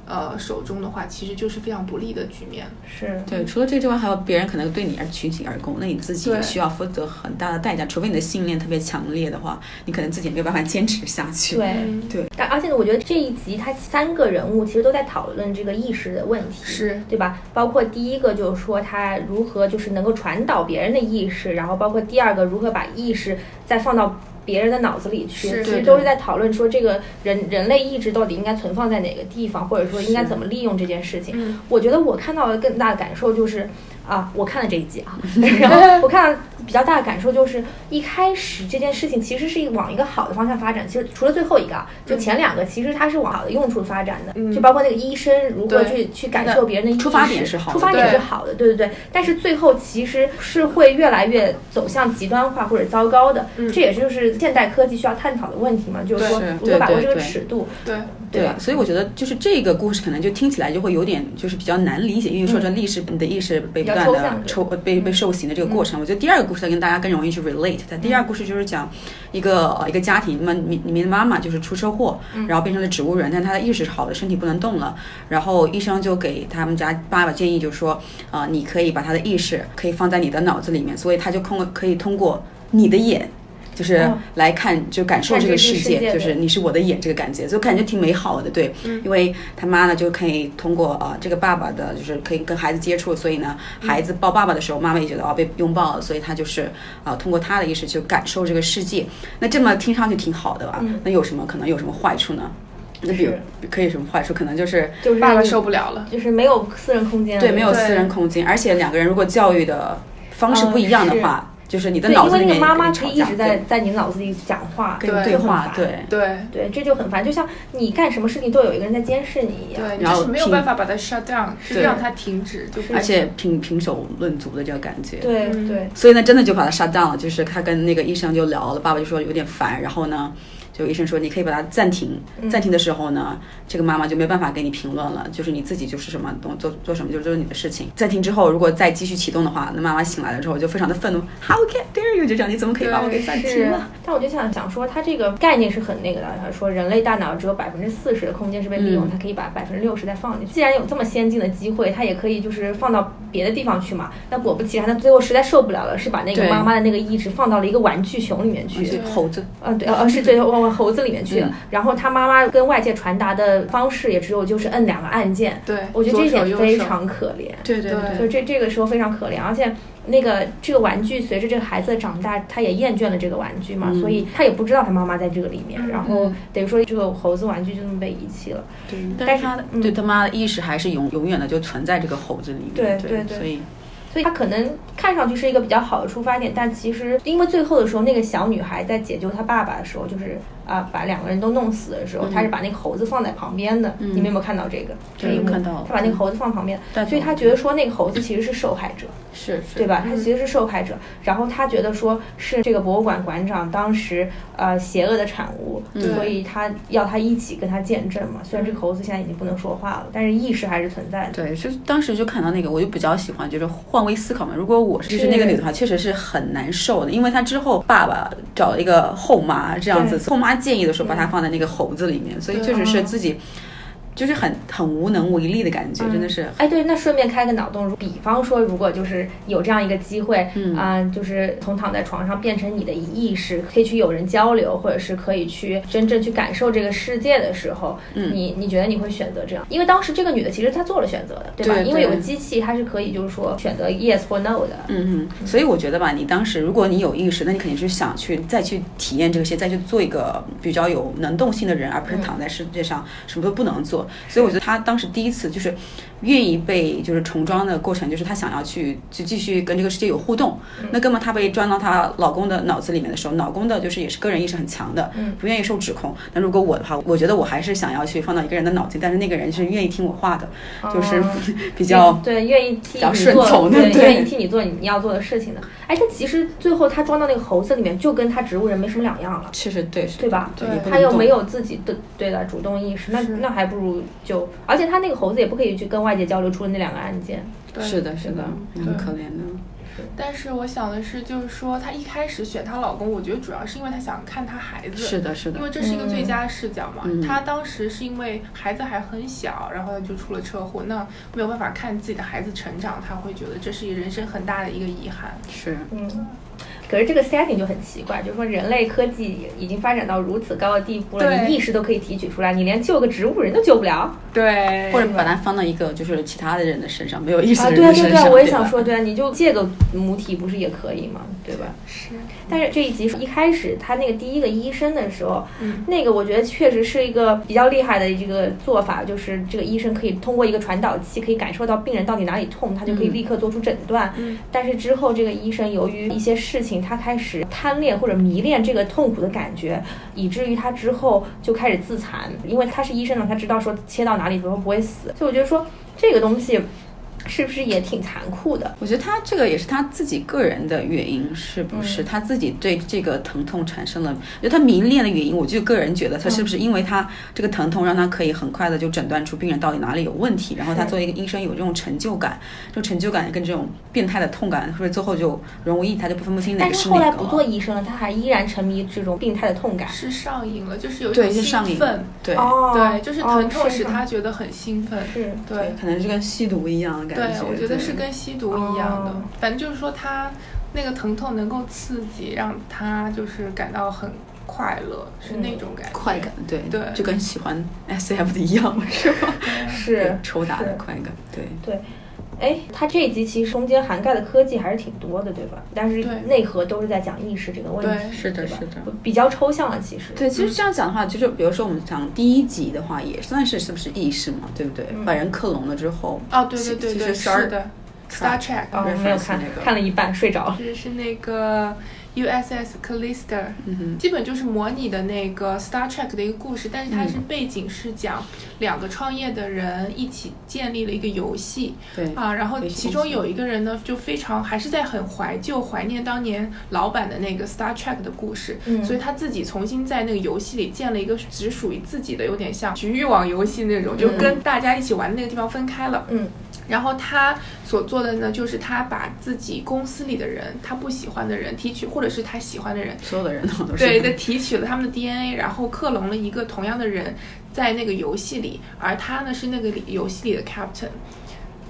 [SPEAKER 3] 呃手中的话，其实就是非常不利的局面。
[SPEAKER 2] 是。
[SPEAKER 4] 对，除了这之外，还有别人可能对你而群起而攻，那你自己
[SPEAKER 3] 对
[SPEAKER 4] 也需要负责很大的代价。除非你的信念特别强烈的话，你可能自己也没有办法坚持下去。
[SPEAKER 2] 对，
[SPEAKER 3] 嗯，
[SPEAKER 2] 但而且呢，我觉得这一集它三个人物其实都在讨论这个意识的问题，
[SPEAKER 3] 是
[SPEAKER 2] 对吧？包括第一个就是说他如何就是能够传导别人的意识，然后包括第二个如何把意识再放到别人的脑子里去，
[SPEAKER 3] 是
[SPEAKER 2] 其
[SPEAKER 4] 对
[SPEAKER 2] 实
[SPEAKER 4] 对
[SPEAKER 2] 都是在讨论说这个人人类意志到底应该存放在哪个地方，或者说应该
[SPEAKER 4] 是
[SPEAKER 2] 怎么利用这件事情。
[SPEAKER 3] 嗯
[SPEAKER 2] 我觉得我看到的更大的感受就是。啊，我看了这一集啊，然后我看到比较大的感受就是，一开始这件事情其实是往一个好的方向发展。其实除了最后一个啊，就前两个其实它是往好的用处发展的，
[SPEAKER 3] 嗯
[SPEAKER 2] 就包括那个医生如何
[SPEAKER 3] 对
[SPEAKER 2] 去去感
[SPEAKER 4] 的
[SPEAKER 2] 受别人的意识
[SPEAKER 4] 出发点是好的
[SPEAKER 2] 出发点
[SPEAKER 3] 对
[SPEAKER 2] 是好的，对对对。但是最后其实是会越来越走向极端化或者糟糕的，
[SPEAKER 3] 嗯
[SPEAKER 2] 这也就是现代科技需要探讨的问题嘛，就是说
[SPEAKER 4] 对
[SPEAKER 2] 如何把握
[SPEAKER 4] 对
[SPEAKER 2] 这个
[SPEAKER 4] 对
[SPEAKER 2] 尺度，
[SPEAKER 3] 对。
[SPEAKER 2] 对吧？
[SPEAKER 4] 所以我觉得就是这个故事可能就听起来就会有点就是比较难理解，因为说这历史你的意识被
[SPEAKER 2] 嗯比较
[SPEAKER 4] 段
[SPEAKER 2] 抽象
[SPEAKER 4] 的
[SPEAKER 2] 的嗯
[SPEAKER 4] 抽呃被被受刑的这个过程。我觉得第二个故事它跟大家更容易去 relate。它
[SPEAKER 2] 嗯
[SPEAKER 4] 第二个故事就是讲一个呃一个家庭，那么里里面的妈妈就是出车祸，
[SPEAKER 2] 嗯
[SPEAKER 4] 然后变成了植物人，但她的意识是好的，身体不能动了。然后医生就给他们家爸爸建议，就说啊、呃你可以把他的意识可以放在你的脑子里面，所以他就通过可以通过你的眼。就是
[SPEAKER 2] 哦
[SPEAKER 4] 来看，就感受
[SPEAKER 2] 看
[SPEAKER 4] 这
[SPEAKER 2] 这
[SPEAKER 4] 个
[SPEAKER 2] 个
[SPEAKER 4] 世
[SPEAKER 2] 世
[SPEAKER 4] 界，
[SPEAKER 2] 界
[SPEAKER 4] 就是
[SPEAKER 2] 对嗯
[SPEAKER 4] 你是我的眼这个感觉，就感觉挺美好的，对。因为他妈呢就可以通过啊、呃这个爸爸的，就是可以跟孩子接触，所以呢，
[SPEAKER 2] 嗯
[SPEAKER 4] 孩子抱爸爸的时候，妈妈也觉得哦被拥抱了，所以他就是啊、呃通过他的意识去感受这个世界。那这么听上去挺好的吧？
[SPEAKER 2] 嗯
[SPEAKER 4] 那有什么可能有什么坏处呢？那比如
[SPEAKER 2] 是
[SPEAKER 4] 可以有什么坏处？可能就是
[SPEAKER 2] 就是
[SPEAKER 3] 爸爸
[SPEAKER 2] 你
[SPEAKER 3] 受不了了。
[SPEAKER 2] 就是没有私人空间了，
[SPEAKER 4] 对没有
[SPEAKER 3] 对
[SPEAKER 4] 私人空间，而且两个人如果教育的方式
[SPEAKER 2] 嗯
[SPEAKER 4] 不一样的
[SPEAKER 2] 是
[SPEAKER 4] 话，就是你的
[SPEAKER 2] 对，
[SPEAKER 4] 脑
[SPEAKER 2] 因
[SPEAKER 4] 子
[SPEAKER 2] 为
[SPEAKER 4] 里
[SPEAKER 2] 那
[SPEAKER 4] 面
[SPEAKER 2] 个
[SPEAKER 4] 也可
[SPEAKER 2] 妈
[SPEAKER 4] 以
[SPEAKER 2] 妈
[SPEAKER 4] 吵
[SPEAKER 2] 她一
[SPEAKER 4] 架
[SPEAKER 2] 直
[SPEAKER 4] 对
[SPEAKER 2] 在在你脑子里讲话，
[SPEAKER 4] 跟你
[SPEAKER 3] 对
[SPEAKER 4] 对
[SPEAKER 2] 很
[SPEAKER 4] 话
[SPEAKER 2] 烦，
[SPEAKER 4] 对。
[SPEAKER 3] 对
[SPEAKER 2] 对，这就很烦，就像你干什么事情都有一个人在监视你一样。
[SPEAKER 3] 对，你
[SPEAKER 4] 然后
[SPEAKER 3] 就是没有
[SPEAKER 4] 听
[SPEAKER 3] 办法把它 shut down，就是
[SPEAKER 4] 对
[SPEAKER 3] 让它停止，就不
[SPEAKER 4] 而且平平手论足的这个感觉，
[SPEAKER 2] 对
[SPEAKER 3] 嗯
[SPEAKER 2] 对，
[SPEAKER 4] 所以呢，真的就把他杀掉了。就是他跟那个医生就聊了，爸爸就说有点烦，然后呢，就医生说你可以把它暂停。
[SPEAKER 2] 嗯
[SPEAKER 4] 暂停的时候呢，这个妈妈就没办法给你评论了，就是你自己就是什么东做做什么，就是就是你的事情。暂停之后，如果再继续启动的话，那妈妈醒来了之后就非常的愤怒，How can dare you？就这样，你怎么可以把我给暂停
[SPEAKER 2] 是
[SPEAKER 4] 了？，
[SPEAKER 2] 但我就想想说，它这个概念是很那个的，说人类大脑只有百分之四十的空间是被利用，
[SPEAKER 4] 嗯
[SPEAKER 2] 它可以把百分之六十再放进去。既然有这么先进的机会，它也可以就是放到别的地方去嘛。那果不其然，它最后实在受不了了，是把那
[SPEAKER 4] 对
[SPEAKER 2] 个妈妈的那个意志放到了一个玩具熊里面去。
[SPEAKER 4] 去猴子，
[SPEAKER 2] 嗯，对，呃，是对，往猴子里面去了。
[SPEAKER 4] 嗯
[SPEAKER 2] 然后他妈妈跟外界传达的方式也只有就是摁两个按键，
[SPEAKER 3] 对，
[SPEAKER 2] 我觉得这一
[SPEAKER 3] 左手
[SPEAKER 2] 点
[SPEAKER 3] 右
[SPEAKER 2] 非
[SPEAKER 3] 手
[SPEAKER 2] 常可怜。
[SPEAKER 4] 对对
[SPEAKER 3] 对
[SPEAKER 2] 就这这个时候非常可怜，而且那个这个玩具随着这个孩子的长大，他也厌倦了这个玩具嘛，
[SPEAKER 4] 嗯
[SPEAKER 2] 所以他也不知道他妈妈在这个里面，
[SPEAKER 3] 嗯
[SPEAKER 2] 然后等于说这个猴子玩具就这么被遗弃了。
[SPEAKER 4] 对，但
[SPEAKER 2] 但
[SPEAKER 4] 是
[SPEAKER 2] 是
[SPEAKER 4] 他的
[SPEAKER 2] 嗯
[SPEAKER 4] 对他妈的意识还是永永远的就存在这个猴子里面，
[SPEAKER 2] 对
[SPEAKER 4] 对
[SPEAKER 2] 对对
[SPEAKER 4] 所以
[SPEAKER 2] 所以他可能看上去是一个比较好的出发点，但其实因为最后的时候，那个小女孩在解救她爸爸的时候，就是啊、把两个人都弄死的时候，
[SPEAKER 4] 嗯
[SPEAKER 2] 她是把那个猴子放在旁边的。
[SPEAKER 4] 嗯
[SPEAKER 2] 你们有没有看到这个？这
[SPEAKER 4] 对
[SPEAKER 2] 一幕
[SPEAKER 4] 看到嗯了
[SPEAKER 2] 她把那个猴子放旁边，
[SPEAKER 4] 但
[SPEAKER 2] 所以她觉得说那个猴子其实是受害者。
[SPEAKER 4] 是是
[SPEAKER 2] 对吧？
[SPEAKER 3] 嗯
[SPEAKER 2] 他其实是受害者，然后他觉得说是这个博物馆馆长当时呃邪恶的产物，
[SPEAKER 4] 嗯
[SPEAKER 2] 所以他要他一起跟他见证嘛。虽然这个猴子现在已经不能说话了，但是意识还是存在的。
[SPEAKER 4] 对，就是当时就看到那个，我就比较喜欢，就是换位思考嘛。如果我是就是那个女的话，确实是很难受的，因为她之后爸爸找了一个后妈这样子，后妈建议的时候把她放在那个猴子里面，所以确实
[SPEAKER 2] 嗯
[SPEAKER 4] 是自己就是很很无能为力的感觉，真的是。
[SPEAKER 2] 哎，对，那顺便开个脑洞，如比方说，如果就是有这样一个机会，啊、
[SPEAKER 4] 嗯
[SPEAKER 2] 就是从躺在床上变成你的意识，可以去有人交流，或者是可以去真正去感受这个世界的时候，
[SPEAKER 4] 嗯
[SPEAKER 2] 你你觉得你会选择这样？因为当时这个女的其实她做了选择的，对吧？
[SPEAKER 4] 对
[SPEAKER 2] 因为有个
[SPEAKER 4] 对
[SPEAKER 2] 机器，它是可以就是说选择 yes 或 no 的，
[SPEAKER 4] 嗯嗯，所以我觉得吧，你当时如果你有意识，那你肯定是想去再去体验这些，再去做一个嗯比较有能动性的人，而不是
[SPEAKER 2] 嗯
[SPEAKER 4] 躺在世界上什么都不能做。所以我觉得他当时第一次就是愿意被就是重装的过程，就是他想要去就继续跟这个世界有互动。
[SPEAKER 2] 嗯
[SPEAKER 4] 那根本她被装到她老公的脑子里面的时候，老公的就是也是个人意识很强的，
[SPEAKER 2] 嗯
[SPEAKER 4] 不愿意受指控。那如果我的话，我觉得我还是想要去放到一个人的脑子里，但是那个人是愿意听我话的，就是
[SPEAKER 2] 哦
[SPEAKER 4] 比较。
[SPEAKER 2] 对，愿意替
[SPEAKER 4] 比较
[SPEAKER 2] 你
[SPEAKER 4] 顺
[SPEAKER 2] 做，
[SPEAKER 4] 从的
[SPEAKER 2] 对，
[SPEAKER 4] 对
[SPEAKER 2] 愿意替你做你要做的事情的。哎，但其实最后他装到那个猴子里面，就跟他植物人没什么两样了，
[SPEAKER 4] 确实对，是
[SPEAKER 2] 对吧？
[SPEAKER 4] 对
[SPEAKER 3] 对
[SPEAKER 4] 也不
[SPEAKER 2] 他
[SPEAKER 4] 能
[SPEAKER 2] 又
[SPEAKER 4] 动
[SPEAKER 2] 没有自己的对的主动意识，那
[SPEAKER 3] 是
[SPEAKER 2] 那还不如就，而且他那个猴子也不可以去跟外界交流，除了那两个按键。
[SPEAKER 3] 对
[SPEAKER 4] 是的，是的，
[SPEAKER 3] 对
[SPEAKER 4] 很可怜的。
[SPEAKER 3] 但是我想的是，就是说她一开始选她老公，我觉得主要是因为她想看她孩子，
[SPEAKER 4] 是的，是的
[SPEAKER 3] 因，为这是一个最佳视角嘛。
[SPEAKER 4] 嗯
[SPEAKER 3] 她当时是因为孩子还很小，然后她就出了车祸，那没有办法看自己的孩子成长，她会觉得这是一人生很大的一个遗憾。
[SPEAKER 4] 是。
[SPEAKER 2] 嗯。可是这个 setting 就很奇怪，就是说人类科技已经发展到如此高的地步了，
[SPEAKER 3] 对
[SPEAKER 2] 你意识都可以提取出来，你连救个植物人都救不了。
[SPEAKER 3] 对
[SPEAKER 4] 或者把它放到一个就是其他的人的身上，没有意思
[SPEAKER 2] 啊，
[SPEAKER 4] 的
[SPEAKER 2] 对
[SPEAKER 4] 人
[SPEAKER 2] 啊，
[SPEAKER 4] 的
[SPEAKER 2] 对啊
[SPEAKER 4] 身
[SPEAKER 2] 对啊，
[SPEAKER 4] 上。
[SPEAKER 2] 我也
[SPEAKER 4] 对吧
[SPEAKER 2] 想说，，对啊，你就借个母体不是也可以吗？对吧？
[SPEAKER 3] 是，
[SPEAKER 2] 但是这一集一开始他那个第一个医生的时候，
[SPEAKER 3] 嗯
[SPEAKER 2] 那个我觉得确实是一个比较厉害的这个做法，就是这个医生可以通过一个传导器可以感受到病人到底哪里痛，他就可以
[SPEAKER 4] 嗯
[SPEAKER 2] 立刻做出诊断。
[SPEAKER 3] 嗯
[SPEAKER 2] 但是之后这个医生由于一些事情，他开始贪恋或者迷恋这个痛苦的感觉，以至于他之后就开始自残，因为他是医生嘛，他知道说切到哪里都不会死，所以我觉得说这个东西。是不是也挺残酷的？
[SPEAKER 4] 我觉得他这个也是他自己个人的原因，是不是？他自己对这个疼痛产生了，我觉得他迷恋的原因，我就个人觉得他是不是因为他这个疼痛让他可以很快的就诊断出病人到底哪里有问题，然后他作为一个医生有这种成就感，这种成就感跟这种变态的痛感，是不是最后就融为一体，他就分
[SPEAKER 3] 嗯
[SPEAKER 4] 不清哪
[SPEAKER 2] 但
[SPEAKER 4] 个是
[SPEAKER 2] 是
[SPEAKER 4] 哪
[SPEAKER 2] 后
[SPEAKER 4] 个
[SPEAKER 2] 来
[SPEAKER 4] 了？
[SPEAKER 2] 不做医生了，他还依然沉迷这种病态的痛感。
[SPEAKER 3] 是上瘾了，就是有一
[SPEAKER 4] 对，
[SPEAKER 3] 种
[SPEAKER 4] 是
[SPEAKER 3] 兴
[SPEAKER 4] 上瘾
[SPEAKER 3] 奋，，
[SPEAKER 4] 对。
[SPEAKER 2] 哦，
[SPEAKER 3] 对，就是
[SPEAKER 2] 哦
[SPEAKER 3] 疼痛使
[SPEAKER 2] 的
[SPEAKER 3] 他觉得很兴奋，
[SPEAKER 2] 是
[SPEAKER 3] 对。
[SPEAKER 4] 可能是跟吸毒一样的感
[SPEAKER 3] 对，
[SPEAKER 4] 觉。
[SPEAKER 3] 我觉得是跟吸毒一样的
[SPEAKER 2] 哦，
[SPEAKER 3] 反正就是说他那个疼痛能够刺激，让他就是感到很快乐，是那
[SPEAKER 4] 嗯
[SPEAKER 3] 种感觉。
[SPEAKER 4] 快感，对
[SPEAKER 3] 对
[SPEAKER 4] 就跟喜欢 S F 的一样，是吧？
[SPEAKER 2] 是
[SPEAKER 4] 抽打的
[SPEAKER 2] 是
[SPEAKER 4] 快感，对。
[SPEAKER 2] 哎，它这一集其实中间涵盖的科技还是挺多的，对吧？但是
[SPEAKER 3] 对
[SPEAKER 2] 内核都是在讲意识这个问
[SPEAKER 3] 对
[SPEAKER 2] 题，
[SPEAKER 4] 是的
[SPEAKER 2] 对吧
[SPEAKER 4] 是的，
[SPEAKER 2] 比较抽象了，其实。
[SPEAKER 4] 对，其实这样讲的话，就是比如说我们讲第一集的话，也算是是不是意识嘛，对不对？
[SPEAKER 2] 嗯
[SPEAKER 4] 把人克隆了之后，
[SPEAKER 3] 哦，对对
[SPEAKER 4] 其
[SPEAKER 3] 对
[SPEAKER 4] 其
[SPEAKER 3] 对，
[SPEAKER 4] 实
[SPEAKER 3] 是
[SPEAKER 4] Star-
[SPEAKER 3] 的，Star Trek
[SPEAKER 2] 哦，
[SPEAKER 4] reference
[SPEAKER 2] 没有看
[SPEAKER 4] 那，个
[SPEAKER 2] 看了一半睡着了。
[SPEAKER 3] 是是那个 USS Callister，
[SPEAKER 4] 嗯哼，
[SPEAKER 3] 基本就是模拟的那个 Star Trek 的一个故事，但是它
[SPEAKER 4] 嗯
[SPEAKER 3] 是背景是讲两个创业的人一起建立了一个游戏，
[SPEAKER 4] 对，
[SPEAKER 3] 啊，然后
[SPEAKER 4] 游戏
[SPEAKER 3] 其
[SPEAKER 4] 公
[SPEAKER 3] 中
[SPEAKER 4] 司
[SPEAKER 3] 有一个人呢，就非常还是在很怀旧、怀念当年老版的那个 Star Trek 的故事，
[SPEAKER 2] 嗯
[SPEAKER 3] 所以他自己重新在那个游戏里建了一个只属于自己的，有点像局域网游戏那种，就跟大家一起玩的那个地方分开了。
[SPEAKER 2] 嗯，
[SPEAKER 3] 然后他所做的呢，就是他把自己公司里的人，他不喜欢的人提取，或者是他喜欢的人，
[SPEAKER 4] 所有的人都是
[SPEAKER 3] 对的，提取了他们的 DNA，然后克隆了一个同样的人在那个游戏里，而他呢是那个里游戏里的 Captain。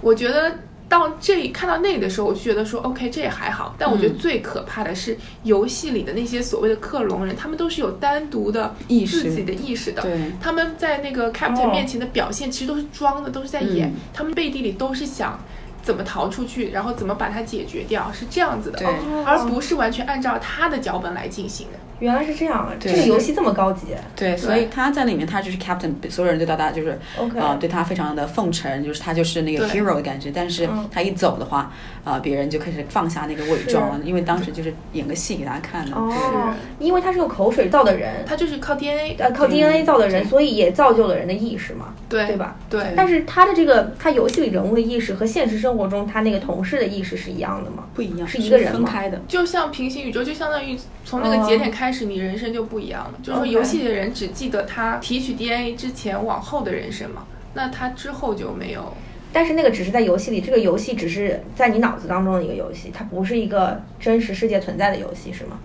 [SPEAKER 3] 我觉得到这看到那里的时候，我就觉得说 OK，这也还好。但我觉得
[SPEAKER 4] 嗯
[SPEAKER 3] 最可怕的是、游戏里的那些所谓的克隆人，他们都是有单独的
[SPEAKER 4] 意识
[SPEAKER 3] 自己的意识的。
[SPEAKER 4] 对，
[SPEAKER 3] 他们在那个 Captain
[SPEAKER 2] 哦
[SPEAKER 3] 面前的表现其实都是装的，都是在演，
[SPEAKER 4] 嗯
[SPEAKER 3] 他们背地里都是想。怎么逃出去，然后怎么把它解决掉，是这样子的
[SPEAKER 4] 对，哦
[SPEAKER 3] 而不是完全按照他的脚本来进行的。
[SPEAKER 2] 原来是这样啊！
[SPEAKER 4] 对
[SPEAKER 2] 这个游戏这么高级。
[SPEAKER 4] 对，所以他在里面，他就是 captain，所有人对到他就是
[SPEAKER 2] OK，
[SPEAKER 4] 呃，对他非常的奉承，就是他就是那个
[SPEAKER 3] 对
[SPEAKER 4] hero 的感觉。但是
[SPEAKER 2] 嗯
[SPEAKER 4] 他一走的话，呃，别人就开始放下那个伪装，因为当时就是演个戏给大家看的。
[SPEAKER 2] 哦，因为他是用口水造的人，
[SPEAKER 3] 他就是靠 DNA，
[SPEAKER 2] 呃，靠
[SPEAKER 4] 嗯
[SPEAKER 2] DNA 造的人，所以也造就了人的意识嘛，
[SPEAKER 3] 对
[SPEAKER 2] 对？吧？
[SPEAKER 3] 对，
[SPEAKER 2] 但是他的这个，他游戏里人物的意识和现实生活中他那个同事的意识是一样的吗？
[SPEAKER 4] 不一样，
[SPEAKER 2] 是一个人
[SPEAKER 4] 分
[SPEAKER 2] 吗
[SPEAKER 4] 开的。
[SPEAKER 3] 就像平行宇宙，就相当于从那个节点开始，你人生就不一样了。就是说，
[SPEAKER 2] OK
[SPEAKER 3] 游戏里的人只记得他提取 DNA 之前往后的人生嘛，那他之后就没有。
[SPEAKER 2] 但是那个只是在游戏里，这个游戏只是在你脑子当中的一个游戏，它不是一个真实世界存在的游戏，是吗？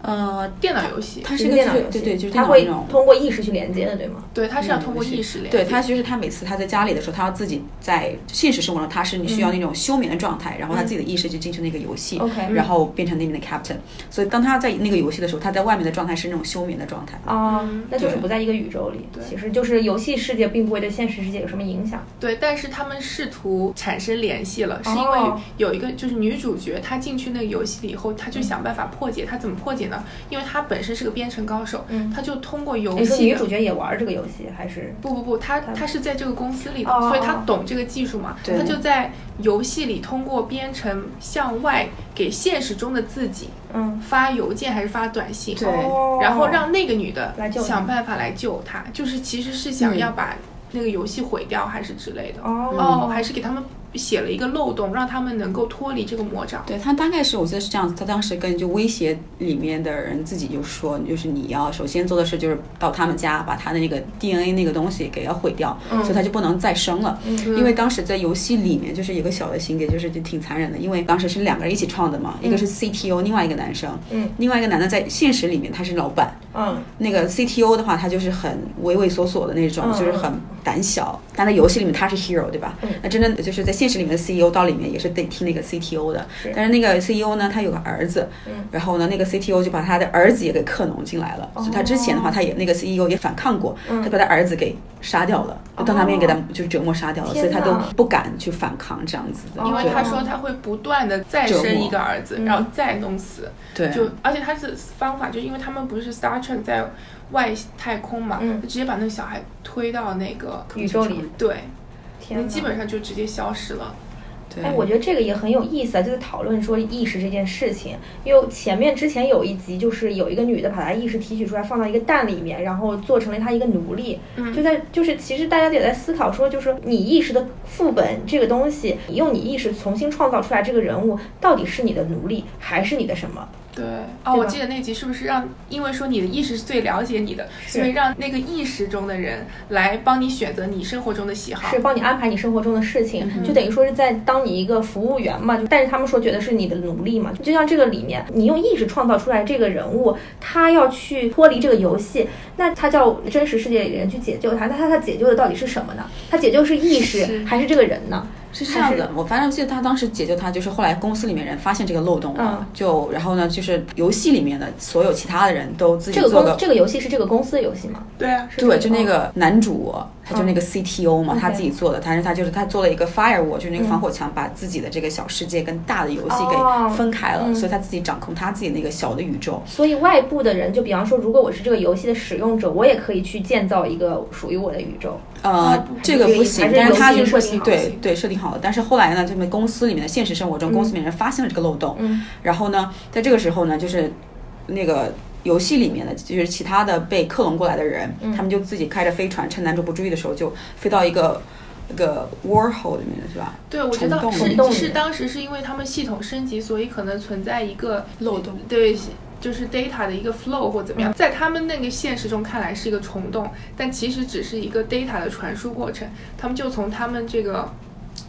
[SPEAKER 4] 呃，
[SPEAKER 3] 电脑游戏，
[SPEAKER 4] 它
[SPEAKER 2] 是
[SPEAKER 4] 是一个
[SPEAKER 2] 电脑
[SPEAKER 4] 对
[SPEAKER 2] 游戏，
[SPEAKER 4] 对对，就是
[SPEAKER 2] 它
[SPEAKER 4] 电脑那
[SPEAKER 2] 会
[SPEAKER 4] 种。
[SPEAKER 2] 通过意识去连接的，对吗？
[SPEAKER 3] 对，他是要通过
[SPEAKER 4] 嗯
[SPEAKER 3] 意识联系。
[SPEAKER 4] 对他，就是他每次他在家里的时候，他要自己在现实生活中，他是需要那种休眠的状态，然后他自己的意识就进去那个游戏，
[SPEAKER 2] OK
[SPEAKER 4] 然后变成那边的 captain。所以当他在那个游戏的时候，他在外面的状态是那种休眠的状态。
[SPEAKER 2] 啊、
[SPEAKER 3] 嗯
[SPEAKER 2] 那就是
[SPEAKER 4] 对
[SPEAKER 2] 不在一个宇宙里。
[SPEAKER 3] 对
[SPEAKER 2] 其实就是游戏世界并不会对现实世界有什么影响。
[SPEAKER 3] 对，但是他们试图产生联系了，是因为
[SPEAKER 2] 哦
[SPEAKER 3] 有一个就是女主角，她进去那个游戏里以后，她就想办法破解。她怎么破解呢？因为她本身是个编程高手，
[SPEAKER 2] 嗯
[SPEAKER 3] 她就通过游
[SPEAKER 2] 你说
[SPEAKER 3] 戏
[SPEAKER 2] 女
[SPEAKER 3] 的
[SPEAKER 2] 主角也玩这个游戏，还是
[SPEAKER 3] 不不不，他
[SPEAKER 2] 他
[SPEAKER 3] 他是在这个公司里的，
[SPEAKER 2] 哦
[SPEAKER 3] 所以他懂这个技术嘛。
[SPEAKER 4] 对
[SPEAKER 3] 他就在游戏里通过编程向外给现实中的自己
[SPEAKER 2] 嗯？
[SPEAKER 3] 发邮件还是发短信，
[SPEAKER 4] 对
[SPEAKER 2] 哦
[SPEAKER 3] 然后让那个女的
[SPEAKER 2] 来救他
[SPEAKER 3] 想办法来救他，就是其实是想
[SPEAKER 4] 嗯
[SPEAKER 3] 要把那个游戏毁掉还是之类的。
[SPEAKER 2] 哦
[SPEAKER 3] 哦，还是给他们写了一个漏洞，让他们能够脱离这个魔掌。
[SPEAKER 4] 对他大概是我记得是这样子，他当时跟就威胁里面的人自己就说，就是你要首先做的事就是到他们家把他的那个 DNA 那个东西给要毁掉，所以他就不能再生了。因
[SPEAKER 2] 嗯
[SPEAKER 4] 为当时在游戏里面就是有个小的情节，就是就挺残忍的，因为当时是两个人一起创的嘛，一个是 CTO，另外一个男生，
[SPEAKER 2] 嗯，
[SPEAKER 4] 另外一个男的在现实里面他是老板，
[SPEAKER 2] 嗯，
[SPEAKER 4] 那个 CTO 的话，他就是很畏畏缩缩的那种，
[SPEAKER 2] 嗯
[SPEAKER 4] 就是很胆小。但在游戏里面他是 hero，对吧？
[SPEAKER 2] 嗯
[SPEAKER 4] 那真的就是在现实里面的 CEO 到里面也是得听那个 CTO 的
[SPEAKER 2] 是。
[SPEAKER 4] 但是那个 CEO 呢，他有个儿子，
[SPEAKER 2] 嗯
[SPEAKER 4] 然后呢，那个 CTO 就把他的儿子也给克隆进来了。
[SPEAKER 2] 哦
[SPEAKER 4] 就他之前的话，他也那个 CEO 也反抗过，
[SPEAKER 2] 嗯哦
[SPEAKER 4] 他把他儿子给杀掉了，就当他面给他就是折磨杀掉了，所
[SPEAKER 2] 天
[SPEAKER 4] 以
[SPEAKER 2] 哪
[SPEAKER 4] 他都不敢去反抗这样子的。
[SPEAKER 2] 哦
[SPEAKER 3] 嗯因为他说他会不断的再生一个儿子
[SPEAKER 2] 折，磨嗯
[SPEAKER 3] 然后再弄死。
[SPEAKER 4] 对，
[SPEAKER 3] 就而且他是方法，就是因为他们不是 Star Trek 在外太空嘛，
[SPEAKER 2] 嗯
[SPEAKER 3] 就直接把那个小孩推到那个
[SPEAKER 2] 宇宙里，
[SPEAKER 3] 对，
[SPEAKER 2] 天
[SPEAKER 3] 你
[SPEAKER 2] 哪
[SPEAKER 3] 基本上就直接消失了。
[SPEAKER 4] 对，
[SPEAKER 2] 哎，我觉得这个也很有意思啊，就在讨论说意识这件事情。因为前面之前有一集，就是有一个女的把她意识提取出来，放到一个蛋里面，然后做成了她一个奴隶。
[SPEAKER 3] 嗯
[SPEAKER 2] 就在就是其实大家也在思考说，就是你意识的副本这个东西，你用你意识重新创造出来这个人物，到底是你的奴隶还是你的什么？
[SPEAKER 3] 对，哦，我记得那集是不是让，因为说你的意识是最了解你的，所以让那个意识中的人来帮你选择你生活中的喜好
[SPEAKER 2] 是。帮你安排你生活中的事
[SPEAKER 4] 嗯
[SPEAKER 2] 情，就等于说是在当你一个服务员嘛。就但是他们说觉得是你的奴隶嘛，就像这个里面，你用意识创造出来这个人物，他要去脱离这个游戏，那他叫真实世界里的人去解救他，那他他解救的到底是什么呢？他解救是意识
[SPEAKER 3] 是
[SPEAKER 2] 还是这个人呢？
[SPEAKER 4] 是这样的，我反正记得他当时解救他，就是后来公司里面人发现这个漏洞了，
[SPEAKER 2] 嗯
[SPEAKER 4] 就然后呢，就是游戏里面的所有其他的人都自己
[SPEAKER 2] 这个
[SPEAKER 4] 做
[SPEAKER 2] 公
[SPEAKER 4] 个。
[SPEAKER 2] 这个游戏是这个公司的游戏吗？
[SPEAKER 3] 对啊，是
[SPEAKER 4] 对，就那个男主，他就那个 CTO 嘛，
[SPEAKER 2] 哦嗯 OK
[SPEAKER 4] 他自己做的，但是他就是他做了一个 firewall，就是那个
[SPEAKER 2] 嗯
[SPEAKER 4] 防火墙，把自己的这个小世界跟大的游戏
[SPEAKER 2] 哦
[SPEAKER 4] 给分开了，
[SPEAKER 2] 嗯
[SPEAKER 4] 所以他自己掌控他自己那个小的宇宙。
[SPEAKER 2] 所以外部的人，就比方说，如果我是这个游戏的使用者，我也可以去建造一个属于我的宇宙。
[SPEAKER 4] 呃，这个
[SPEAKER 2] 这个
[SPEAKER 4] 不
[SPEAKER 2] 也
[SPEAKER 4] 行
[SPEAKER 2] 还，是
[SPEAKER 4] 但是他
[SPEAKER 2] 游
[SPEAKER 4] 就
[SPEAKER 2] 戏设定
[SPEAKER 4] 是
[SPEAKER 2] 好
[SPEAKER 4] 对对设定好了，但是后来呢，他们公司里面的现实生活中，公司里面人发现了这个漏洞，
[SPEAKER 2] 嗯
[SPEAKER 4] 然后呢，在这个时候呢，就是那个游戏里面的，就是其他的被克隆过来的人，
[SPEAKER 2] 嗯
[SPEAKER 4] 他们就自己开着飞船，趁男主不注意的时候，就飞到一个那个 warhole 里面是吧？
[SPEAKER 3] 对，我知道
[SPEAKER 4] 虫洞
[SPEAKER 3] 是
[SPEAKER 2] 里面
[SPEAKER 3] 是当时是因为他们系统升级，所以可能存在一个
[SPEAKER 4] 漏洞。
[SPEAKER 3] 对，就是 data 的一个 flow 或怎
[SPEAKER 4] 嗯
[SPEAKER 3] 么样，在他们那个现实中看来是一个虫洞，但其实只是一个 data 的传输过程。他们就从他们这个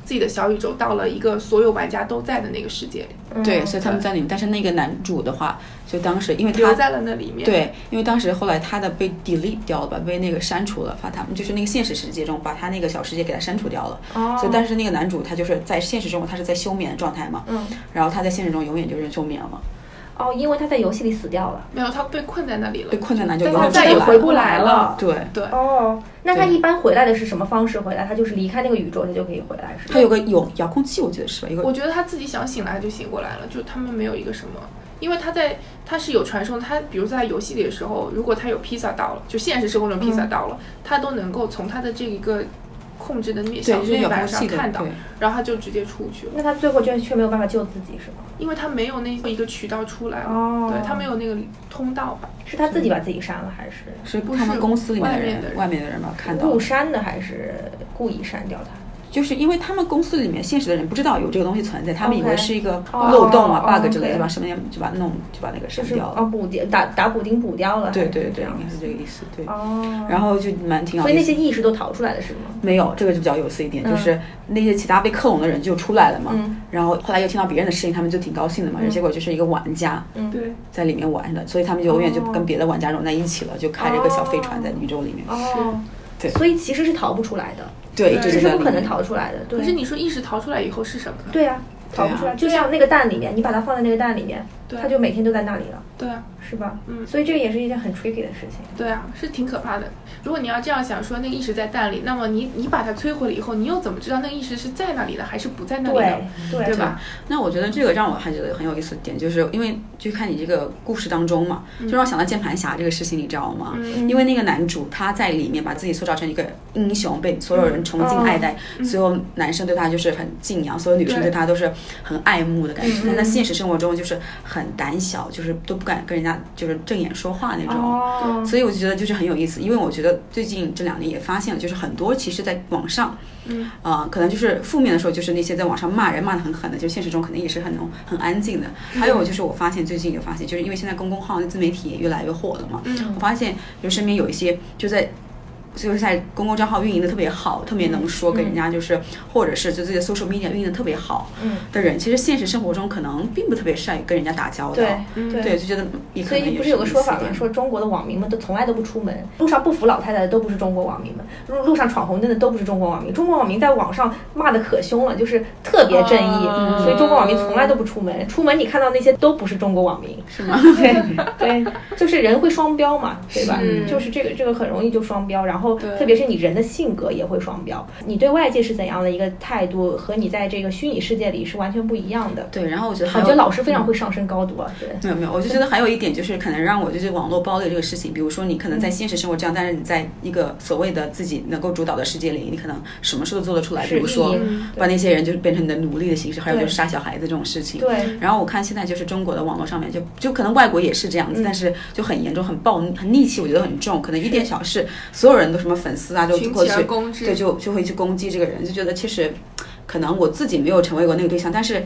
[SPEAKER 3] 自己的小宇宙到了一个所有玩家都在的那个世界里，
[SPEAKER 2] 嗯
[SPEAKER 4] 对，所以他们在里面，但是那个男主的话，就当时因为
[SPEAKER 3] 留
[SPEAKER 4] 他。
[SPEAKER 3] 在了那里面。，
[SPEAKER 4] 对，因为当时后来他的被 delete 掉了吧，被那个删除了，把他们就是那个现实世界中把他那个小世界给他删除掉了。
[SPEAKER 2] 哦，
[SPEAKER 4] 所以，但是那个男主他就是在现实中他是在休眠的状态嘛，
[SPEAKER 2] 嗯
[SPEAKER 4] 然后他在现实中永远就是休眠了，
[SPEAKER 2] 哦，因为他在游戏里死掉了。
[SPEAKER 3] 没有他被困在那里了
[SPEAKER 4] 被。困在那就
[SPEAKER 3] 但
[SPEAKER 4] 永
[SPEAKER 3] 他
[SPEAKER 4] 远
[SPEAKER 3] 再
[SPEAKER 4] 出
[SPEAKER 3] 也
[SPEAKER 4] 不来
[SPEAKER 3] 回
[SPEAKER 4] 了
[SPEAKER 3] 不来了。
[SPEAKER 4] 对，
[SPEAKER 3] 对，
[SPEAKER 2] 哦，那他
[SPEAKER 4] 对
[SPEAKER 2] 一般回来的是什么方式回来？他就是离开那个宇宙，他就可以回来，是吧？
[SPEAKER 4] 他有个有遥控器，我记得是吧？有个
[SPEAKER 3] 我觉得他自己想醒来就醒过来了，就他们没有一个什么，因为他在他是有传送，他比如在游戏里的时候，如果他有披萨到了，就现实生活中披萨到了，他都能够从他的这一个控制的面
[SPEAKER 4] 对，
[SPEAKER 3] 小
[SPEAKER 4] 就是
[SPEAKER 3] 面
[SPEAKER 4] 遥
[SPEAKER 3] 板
[SPEAKER 4] 控
[SPEAKER 3] 上
[SPEAKER 4] 器的，
[SPEAKER 3] 看到
[SPEAKER 4] 对，，
[SPEAKER 3] 然后他就直接出去了，
[SPEAKER 2] 那他最后却却没有办法救自己，是吗？
[SPEAKER 3] 因为他没有那一个渠道出来了，
[SPEAKER 2] 哦
[SPEAKER 3] 对他没有那个通道吧，
[SPEAKER 2] 是哦他自己把自己删了，还是
[SPEAKER 4] 是
[SPEAKER 3] 不
[SPEAKER 4] 他们
[SPEAKER 3] 是
[SPEAKER 4] 公司里面
[SPEAKER 3] 外
[SPEAKER 4] 的
[SPEAKER 3] 面的
[SPEAKER 4] 人，
[SPEAKER 3] 人
[SPEAKER 4] 外面的人吧看到
[SPEAKER 2] 故，删的，还是故意删掉他？
[SPEAKER 4] 就是因为他们公司里面现实的人不知道有这个东西存在，他们以
[SPEAKER 2] OK
[SPEAKER 4] 为是一个
[SPEAKER 2] 哦
[SPEAKER 4] 漏洞啊、
[SPEAKER 2] 哦哦
[SPEAKER 4] bug 之类的，
[SPEAKER 2] OK
[SPEAKER 4] 把什么也就把它弄就把那个
[SPEAKER 2] 就
[SPEAKER 4] 删
[SPEAKER 2] 是
[SPEAKER 4] 掉了。
[SPEAKER 2] 哦，补丁打打补丁补掉了，
[SPEAKER 4] 对
[SPEAKER 2] 还是
[SPEAKER 4] 对
[SPEAKER 2] 这
[SPEAKER 4] 对，
[SPEAKER 2] 样
[SPEAKER 4] 应该是这个意思，对。
[SPEAKER 2] 哦，
[SPEAKER 4] 然后就蛮挺好
[SPEAKER 2] 所以
[SPEAKER 4] 意
[SPEAKER 2] 那些。
[SPEAKER 4] 思
[SPEAKER 2] 意识都逃出来了，是吗？
[SPEAKER 4] 没有，这个就比较有意思一点，
[SPEAKER 2] 嗯
[SPEAKER 4] 就是那些其他被克隆的人就出来了嘛，
[SPEAKER 2] 嗯
[SPEAKER 4] 然后后来又听到别人的事情，他们就挺高兴的嘛，
[SPEAKER 2] 嗯
[SPEAKER 4] 结果就是一个玩家
[SPEAKER 2] 嗯，
[SPEAKER 3] 对，
[SPEAKER 4] 在里面玩的，所以他们就永远就
[SPEAKER 2] 哦
[SPEAKER 4] 跟别的玩家融在一起了，就开着个小飞船
[SPEAKER 2] 哦
[SPEAKER 4] 在宇宙里面，
[SPEAKER 2] 哦，
[SPEAKER 4] 对
[SPEAKER 2] 所以其实是逃不出来的，
[SPEAKER 4] 对，一
[SPEAKER 3] 对
[SPEAKER 4] 直
[SPEAKER 2] 这是
[SPEAKER 4] 在
[SPEAKER 2] 不
[SPEAKER 4] 里
[SPEAKER 2] 可
[SPEAKER 4] 面
[SPEAKER 2] 能逃出来的，
[SPEAKER 3] 可是
[SPEAKER 2] 对，
[SPEAKER 3] 你说意识逃出来以后是什么呢？
[SPEAKER 2] 对啊，逃不出来，就像那个蛋里面，你把它放在那个蛋里面，
[SPEAKER 3] 对
[SPEAKER 4] 啊
[SPEAKER 2] 它就每天都在那里了，
[SPEAKER 3] 对啊，
[SPEAKER 2] 是吧？
[SPEAKER 3] 嗯
[SPEAKER 2] 所以这个也是一件很 tricky 的事情。
[SPEAKER 3] 对啊，是挺可怕的。如果你要这样想，说那个意识在蛋里，那么你你把它摧毁了以后，你又怎么知道那个意识是在那里的还是不在那里
[SPEAKER 2] 对
[SPEAKER 3] 的？
[SPEAKER 2] 对
[SPEAKER 3] 对吧？
[SPEAKER 4] 那我觉得这个让我还觉得很有意思的点，就是因为就看你这个故事当中嘛，
[SPEAKER 2] 嗯
[SPEAKER 4] 就让我想到键盘侠这个事情，你知道吗？
[SPEAKER 3] 嗯
[SPEAKER 4] 因为那个男主他在里面把自己塑造成一个英雄，被所有人崇敬
[SPEAKER 2] 嗯
[SPEAKER 4] 爱戴，所有男生对他就是很敬仰，所有女生对他都是很爱慕的感
[SPEAKER 2] 嗯
[SPEAKER 4] 觉。但在现实生活中就是很胆小，就是都不敢跟人家就是正眼说话那种。
[SPEAKER 2] 哦，
[SPEAKER 4] 所以我就觉得就是很有意思，因为我觉得最近这两年也发现了，就是很多其实在网上
[SPEAKER 3] 嗯，
[SPEAKER 4] 呃，可能就是负面的时候，就是那些在网上骂人骂得很狠的，就现实中可能也是很浓很安静的。还
[SPEAKER 2] 嗯
[SPEAKER 4] 有就是我发现最近有发现，就是因为现在公共号的自媒体也越来越火了嘛，
[SPEAKER 3] 嗯
[SPEAKER 4] 我发现就身边有一些就在。就是在公共账号运营的特别好，特别能说跟人家就是，或者是就自己的 social media 运营的特别好
[SPEAKER 2] 嗯
[SPEAKER 4] 的人，其实现实生活中可能并不特别善于跟人家打交道。
[SPEAKER 2] 对
[SPEAKER 3] 嗯
[SPEAKER 2] 对。
[SPEAKER 4] 对，就觉得也可
[SPEAKER 2] 所
[SPEAKER 4] 能也
[SPEAKER 2] 以不是有个
[SPEAKER 4] 一
[SPEAKER 2] 说
[SPEAKER 4] 次
[SPEAKER 2] 法
[SPEAKER 4] 点
[SPEAKER 2] 吗？说中国的网民们都从来都不出门，路上不扶老太太的都不是中国网民们，路路上闯红灯的都不是中国网民。中国网民在网上骂的可凶了，就是特别正义，
[SPEAKER 4] 啊
[SPEAKER 3] 嗯
[SPEAKER 2] 所以中国网民从来都不出门。出门你看到那些都不是中国网 民，是吗？对对，就是人会双标嘛，对吧？
[SPEAKER 3] 是
[SPEAKER 2] 就是这个这个很容易就双标，然然后
[SPEAKER 3] 对
[SPEAKER 2] 特别是你人的性格也会双标，你对外界是怎样的一个态度，和你在这个虚拟世界里是完全不一样的。
[SPEAKER 4] 对，然后我觉得还
[SPEAKER 2] 我
[SPEAKER 4] 有
[SPEAKER 2] 觉得老师非常会上升高度啊，对。
[SPEAKER 4] 没有没有，我就觉得还有一点就是，可能让我就是网络暴力这个事情，比如说你可能
[SPEAKER 2] 嗯
[SPEAKER 4] 在现实生活这样，但是你在一个所谓的自己能够主导的世界里，你可能什么事都做得出嗯来，比
[SPEAKER 2] 是
[SPEAKER 4] 如说
[SPEAKER 2] 意淫
[SPEAKER 4] 把那些人就是变成你的奴隶的形式，还有就
[SPEAKER 2] 对
[SPEAKER 4] 是杀小孩子这种事情。
[SPEAKER 2] 对
[SPEAKER 4] 然后我看现在就是中国的网络上面就就可能外国也是这样
[SPEAKER 3] 嗯
[SPEAKER 4] 子，但是就很严重、很暴、很戾气，我觉得很重。可能一点小事，所有人都什么粉丝啊，就
[SPEAKER 3] 群
[SPEAKER 4] 过
[SPEAKER 3] 起而
[SPEAKER 4] 去
[SPEAKER 3] 攻之，
[SPEAKER 4] 对，就就会去攻击这个人，就觉得其实可能我自己没有成为过那个对象，但是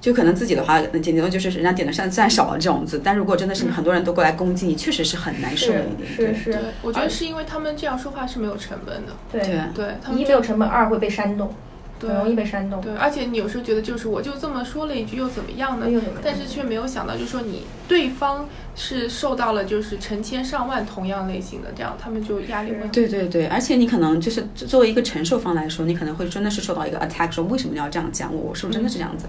[SPEAKER 4] 就可能自己的话，顶多就是人家点的赞赞少了这种字，但如果真的是很多人都过来攻击你，确实是很难受的一点。
[SPEAKER 2] 是是是
[SPEAKER 3] 对，，我觉得嗯是因为他们这样说话是没有成本的，
[SPEAKER 2] 对
[SPEAKER 4] 对，对，
[SPEAKER 3] 对他们
[SPEAKER 2] 一没有成本，二会被煽动，
[SPEAKER 3] 对
[SPEAKER 2] 很容易被煽动。
[SPEAKER 3] 对，而且你有时候觉得就是我就这么说了一句又怎么样呢
[SPEAKER 2] 又怎么样？
[SPEAKER 3] 但是却没有想到，就是说你对方是受到了就是成千上万同样类型的，这样他们就压力会很
[SPEAKER 4] 对对对，而且你可能就是作为一个承受方来说，你可能会真的是受到一个 attack，说为什么你要这样讲我，我是不是真的是这样子？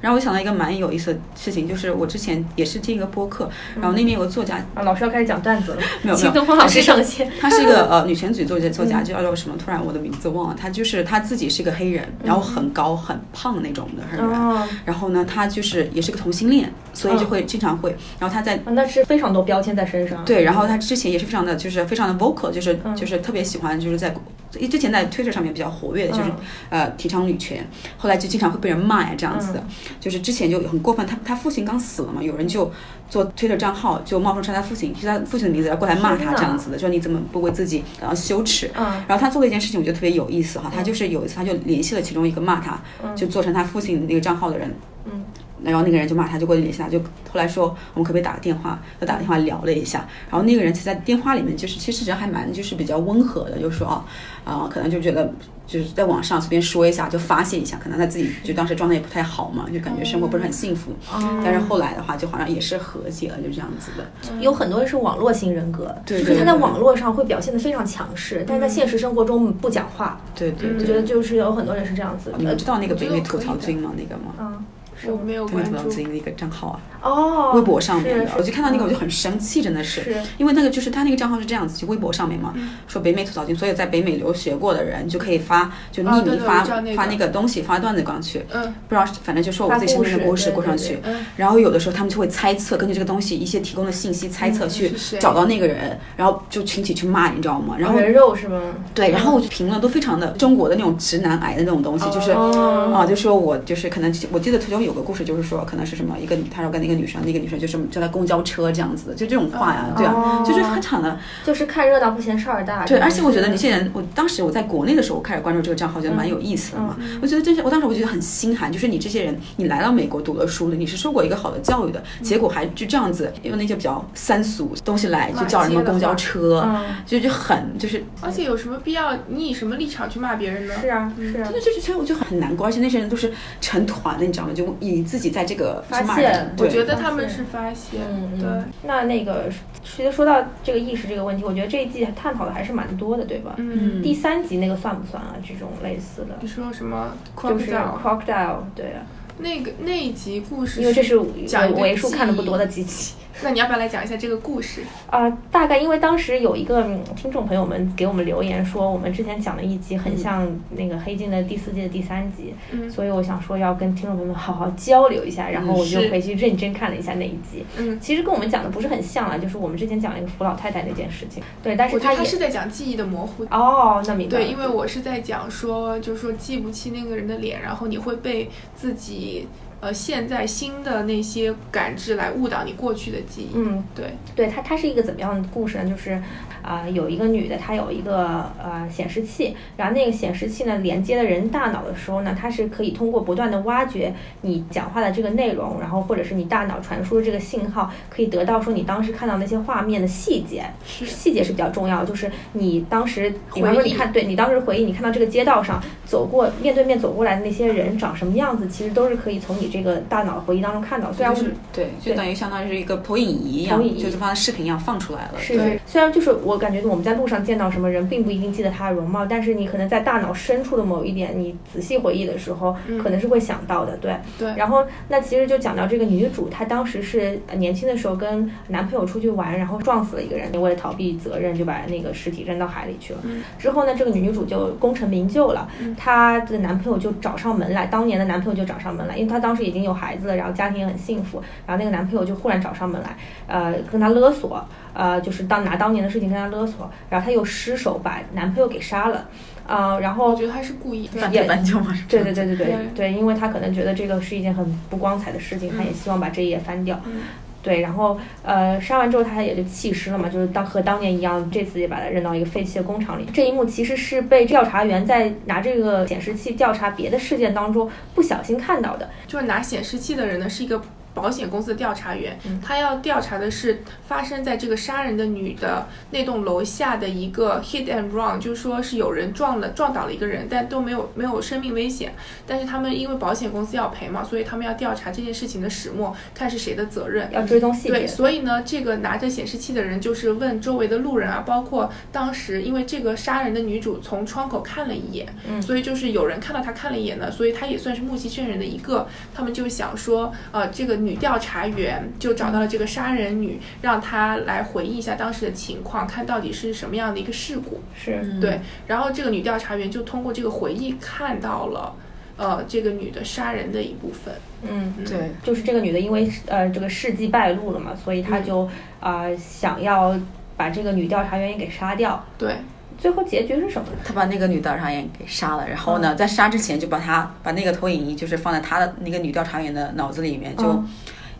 [SPEAKER 4] 然后我想到一个蛮有意思的事情，就是我之前也是听一个播客，然后那边有个作家，
[SPEAKER 2] 啊，老师要开始讲段子了，
[SPEAKER 4] 没有没
[SPEAKER 5] 请
[SPEAKER 4] 有，
[SPEAKER 5] 东方老师上线。
[SPEAKER 4] 她是一个呃女权主义作家，作家叫做什么？突然我的名字忘了。她就是她自己是一个黑人，然后很高很胖那种的黑人。
[SPEAKER 2] 啊，
[SPEAKER 4] 然后呢，她就是也是个同性恋，所以就会经常会。然后她在
[SPEAKER 2] 啊那是非常多标签在身上。
[SPEAKER 4] 对，然后她之前也是非常的，就是非常的 vocal，就是
[SPEAKER 2] 嗯
[SPEAKER 4] 就是特别喜欢，就是在之前在 Twitter 上面比较活跃的，就是
[SPEAKER 2] 嗯
[SPEAKER 4] 呃提倡女权，后来就经常会被人骂呀这样子的，就是之前就很过分，他他父亲刚死了嘛，有人就做推特账号就冒充是他父亲，是他父亲的名字，然后过来骂
[SPEAKER 2] 天
[SPEAKER 4] 他
[SPEAKER 2] 呐
[SPEAKER 4] 这样子的，说你怎么不为自己感到羞耻？
[SPEAKER 2] 嗯
[SPEAKER 4] 然后他做了一件事情，我觉得特别有意思
[SPEAKER 3] 嗯
[SPEAKER 4] 哈，他就是有一次他就联系了其中一个骂他，
[SPEAKER 2] 嗯
[SPEAKER 4] 就做成他父亲那个账号的人，
[SPEAKER 2] 嗯。
[SPEAKER 4] 然后那个人就骂他，就过去联系他，就后来说我们可不可以打个电话？就打电话聊了一下，然后那个人其实在电话里面就是其实人还蛮就是比较温和的，就说啊啊、可能就觉得就是在网上随便说一下就发泄一下，可能他自己就当时状态也不太好嘛，就感觉生活不是很幸福。
[SPEAKER 3] 嗯
[SPEAKER 2] 哦
[SPEAKER 4] 但是后来的话，就好像也是和解了，就这样子的。
[SPEAKER 2] 有很多人是网络型人格，
[SPEAKER 4] 对
[SPEAKER 2] 就是
[SPEAKER 4] 对
[SPEAKER 2] 他在
[SPEAKER 4] 对嗯
[SPEAKER 2] 网络上会表现得非常强势，但是在现实生活中不讲话。
[SPEAKER 4] 对对
[SPEAKER 2] 我
[SPEAKER 4] 对，
[SPEAKER 2] 觉得就是有很多人是这样子
[SPEAKER 3] 嗯
[SPEAKER 4] 你
[SPEAKER 2] 的呃
[SPEAKER 4] 们。知道那个北美吐槽
[SPEAKER 3] 我觉得可以
[SPEAKER 4] 君吗？那个吗？
[SPEAKER 2] 嗯，
[SPEAKER 3] 我没有
[SPEAKER 4] 北美
[SPEAKER 3] 关
[SPEAKER 4] 吐槽
[SPEAKER 3] 注，
[SPEAKER 4] 君那个账号啊，
[SPEAKER 2] 哦，
[SPEAKER 4] 微博上面的
[SPEAKER 2] 是，
[SPEAKER 4] 我就看到那个我就
[SPEAKER 2] 嗯
[SPEAKER 4] 很生气，真的是。
[SPEAKER 2] 是
[SPEAKER 4] 因为那个就是他那个账号是这样子，就微博上面嘛，
[SPEAKER 2] 嗯
[SPEAKER 4] 说北美吐槽君，所有在北美留学过的人就可以发，就
[SPEAKER 2] 哦
[SPEAKER 3] 啊
[SPEAKER 4] 匿
[SPEAKER 3] 对
[SPEAKER 4] 名
[SPEAKER 3] 对
[SPEAKER 4] 发、
[SPEAKER 3] 我知道那个
[SPEAKER 4] 发那个东西，发段子上去，
[SPEAKER 3] 嗯
[SPEAKER 4] 不知道是反正就说我自己身边的
[SPEAKER 2] 发故
[SPEAKER 4] 故
[SPEAKER 2] 事
[SPEAKER 4] 事过上去，
[SPEAKER 2] 对
[SPEAKER 3] 对对嗯
[SPEAKER 4] 然后有的时候他们就会猜测，根据这个东西一些提供的信息猜
[SPEAKER 2] 嗯
[SPEAKER 4] 测去
[SPEAKER 3] 是谁
[SPEAKER 4] 找到那个人，然后就群体去骂，你知道吗？然后
[SPEAKER 2] 人肉哦是吗？
[SPEAKER 4] 对，然后我就评论都非常的中国的那种直男癌的那种东西，就是。
[SPEAKER 2] 哦
[SPEAKER 4] 啊，就说我就是可能，我记得图中有个故事，就是说可能是什么一个，他说跟那个女生，那个女生就是叫他公交车这样子的，就这种话呀，对
[SPEAKER 3] 哦
[SPEAKER 2] 哦
[SPEAKER 4] 啊，就是非常的
[SPEAKER 2] 就是看热闹不嫌事儿大。
[SPEAKER 4] 对，
[SPEAKER 2] 真的
[SPEAKER 4] 而且我觉得
[SPEAKER 2] 是
[SPEAKER 4] 你现在，我当时我在国内的时候，我开始关注这个账号，觉得蛮有意思的嘛。
[SPEAKER 3] 嗯
[SPEAKER 4] 我觉得这些，我当时我觉得很心寒，就是你这些人，你来到美国读了书了，你是受过一个好的教育的，结果还就这样子用那些比较三俗东西来就叫人们公交车，
[SPEAKER 2] 嗯
[SPEAKER 4] 就就很就是。
[SPEAKER 3] 而且有什么必要？你以什么立场去骂别人呢？
[SPEAKER 2] 是啊是啊
[SPEAKER 4] 那。就觉得我就很难过，而且那些人都是成团的，你知道吗？就以自己在这个
[SPEAKER 2] 发
[SPEAKER 4] 去骂
[SPEAKER 2] 泄
[SPEAKER 4] 人
[SPEAKER 3] 我
[SPEAKER 4] 对，
[SPEAKER 3] 觉得他们是发泄，
[SPEAKER 2] 嗯
[SPEAKER 3] 对
[SPEAKER 2] 嗯，，那那个，其实说到这个意识这个问题，我觉得这一季探讨的还是蛮多的，对吧？
[SPEAKER 3] 嗯，
[SPEAKER 2] 第三集那个算不算啊？这种类似的，
[SPEAKER 3] 你说什么
[SPEAKER 2] 就是
[SPEAKER 3] crocodile
[SPEAKER 2] crocodile，对啊，
[SPEAKER 3] 那个那一集故事，
[SPEAKER 2] 因为这是
[SPEAKER 3] 讲一
[SPEAKER 2] 我
[SPEAKER 3] 对
[SPEAKER 2] 为数看的不
[SPEAKER 3] 记忆
[SPEAKER 2] 多的几集。
[SPEAKER 3] 那你要不要来讲一下这个故事？
[SPEAKER 2] 啊、大概因为当时有一个嗯听众朋友们给我们留言说，我们之前讲的一集很像那个《黑镜》的第四季的第三集，
[SPEAKER 3] 嗯
[SPEAKER 2] 所以我想说要跟听众朋友们好好交流一下，然后我就是回去认真看了一下那一集。
[SPEAKER 3] 嗯，
[SPEAKER 2] 其实跟我们讲的不是很像啊，就是我们之前讲了一个扶老太太那件事情，对，但是
[SPEAKER 3] 我觉得
[SPEAKER 2] 也
[SPEAKER 3] 他是在讲记忆的模糊。
[SPEAKER 2] 哦，那明白了，
[SPEAKER 3] 对，因为我是在讲说，就是说记不清那个人的脸，然后你会被自己呃现在新的那些感知来误导你过去的记忆。
[SPEAKER 2] 嗯，
[SPEAKER 3] 对，
[SPEAKER 2] 对它，它是一个怎么样的故事呢？就是，啊、有一个女的，她有一个呃显示器，然后那个显示器呢连接了人大脑的时候呢，它是可以通过不断的挖掘你讲话的这个内容，然后或者是你大脑传输的这个信号，可以得到说你当时看到那些画面的细节，
[SPEAKER 3] 是
[SPEAKER 2] 细节是比较重要，就是你当时，比方
[SPEAKER 3] 回
[SPEAKER 2] 说
[SPEAKER 3] 忆
[SPEAKER 2] 你看，对你当时回忆，你看到这个街道上走过面对面走过来的那些人长什么样子，其实都是可以从你己这个大脑回忆当中看到，虽然
[SPEAKER 3] 啊
[SPEAKER 4] 就
[SPEAKER 2] 我们
[SPEAKER 4] 是对，就
[SPEAKER 2] 对
[SPEAKER 4] 等于相当于是一个投影仪一样
[SPEAKER 2] 投影，仪
[SPEAKER 4] 就是把视频要放出来了。
[SPEAKER 2] 是是，虽然就是我感觉我们在路上见到什么人，并不一定记得他的容貌，但是你可能在大脑深处的某一点，你仔细回忆的时候，
[SPEAKER 3] 嗯
[SPEAKER 2] 可能是会想到的。对，
[SPEAKER 3] 对
[SPEAKER 2] 然后那其实就讲到这个女主，她当时是呃年轻的时候跟男朋友出去玩，然后撞死了一个人，为了逃避责任，就把那个尸体扔到海里去了。
[SPEAKER 3] 嗯
[SPEAKER 2] 之后呢，这个女主就功成名就了，
[SPEAKER 3] 嗯
[SPEAKER 2] 她的男朋友就找上门来，当年的男朋友就找上门来，因为她当时已经有孩子了，然后家庭也很幸福，然后那个男朋友就忽然找上门来，呃，跟她勒索，呃，就是当拿当年的事情跟她勒索，然后她又失手把男朋友给杀了，呃，然后
[SPEAKER 3] 我觉得他是故意的。
[SPEAKER 2] 也
[SPEAKER 4] 搬救嘛，
[SPEAKER 2] 对对对对对
[SPEAKER 3] 对
[SPEAKER 2] 对，因为他可能觉得这个是一件很不光彩的事情，他也希望把这一页翻掉。
[SPEAKER 3] 嗯
[SPEAKER 2] 对，然后呃，杀完之后他也就弃尸了嘛，就是当和当年一样，这次也把它扔到一个废弃的工厂里。这一幕其实是被调查员在拿这个显示器调查别的事件当中不小心看到的。
[SPEAKER 3] 就是拿显示器的人呢是一个保险公司的调查员，他要调查的是发生在这个杀人的女的那栋楼下的一个 hit and run，就是说是有人撞了撞倒了一个人，但都没有没有生命危险，但是他们因为保险公司要赔嘛，所以他们要调查这件事情的始末，看是谁的责任。
[SPEAKER 2] 要追踪细
[SPEAKER 3] 对，
[SPEAKER 2] 节，
[SPEAKER 3] 所以呢，这个拿着显示器的人就是问周围的路人啊，包括当时因为这个杀人的女主从窗口看了一眼，
[SPEAKER 2] 嗯
[SPEAKER 3] 所以就是有人看到她看了一眼呢，所以她也算是目击证人的一个。他们就想说，呃，这个女调查员就找到了这个杀人女，让她来回忆一下当时的情况，看到底是什么样的一个事故。
[SPEAKER 2] 是
[SPEAKER 3] 对，然后这个女调查员就通过这个回忆看到了，呃，这个女的杀人的一部分。
[SPEAKER 2] 嗯。
[SPEAKER 3] 嗯
[SPEAKER 4] 对，
[SPEAKER 2] 就是这个女的，因为呃这个事迹败露了嘛，所以
[SPEAKER 3] 嗯
[SPEAKER 2] 她就啊、呃想要把这个女调查员也给杀掉。
[SPEAKER 3] 对，
[SPEAKER 2] 最后结局是什么呢？
[SPEAKER 4] 他把那个女调查员给杀了，然后
[SPEAKER 2] 嗯
[SPEAKER 4] 呢，在杀之前就把他把那个投影仪就是放在他的那个女调查员的脑子里面，就、
[SPEAKER 2] 嗯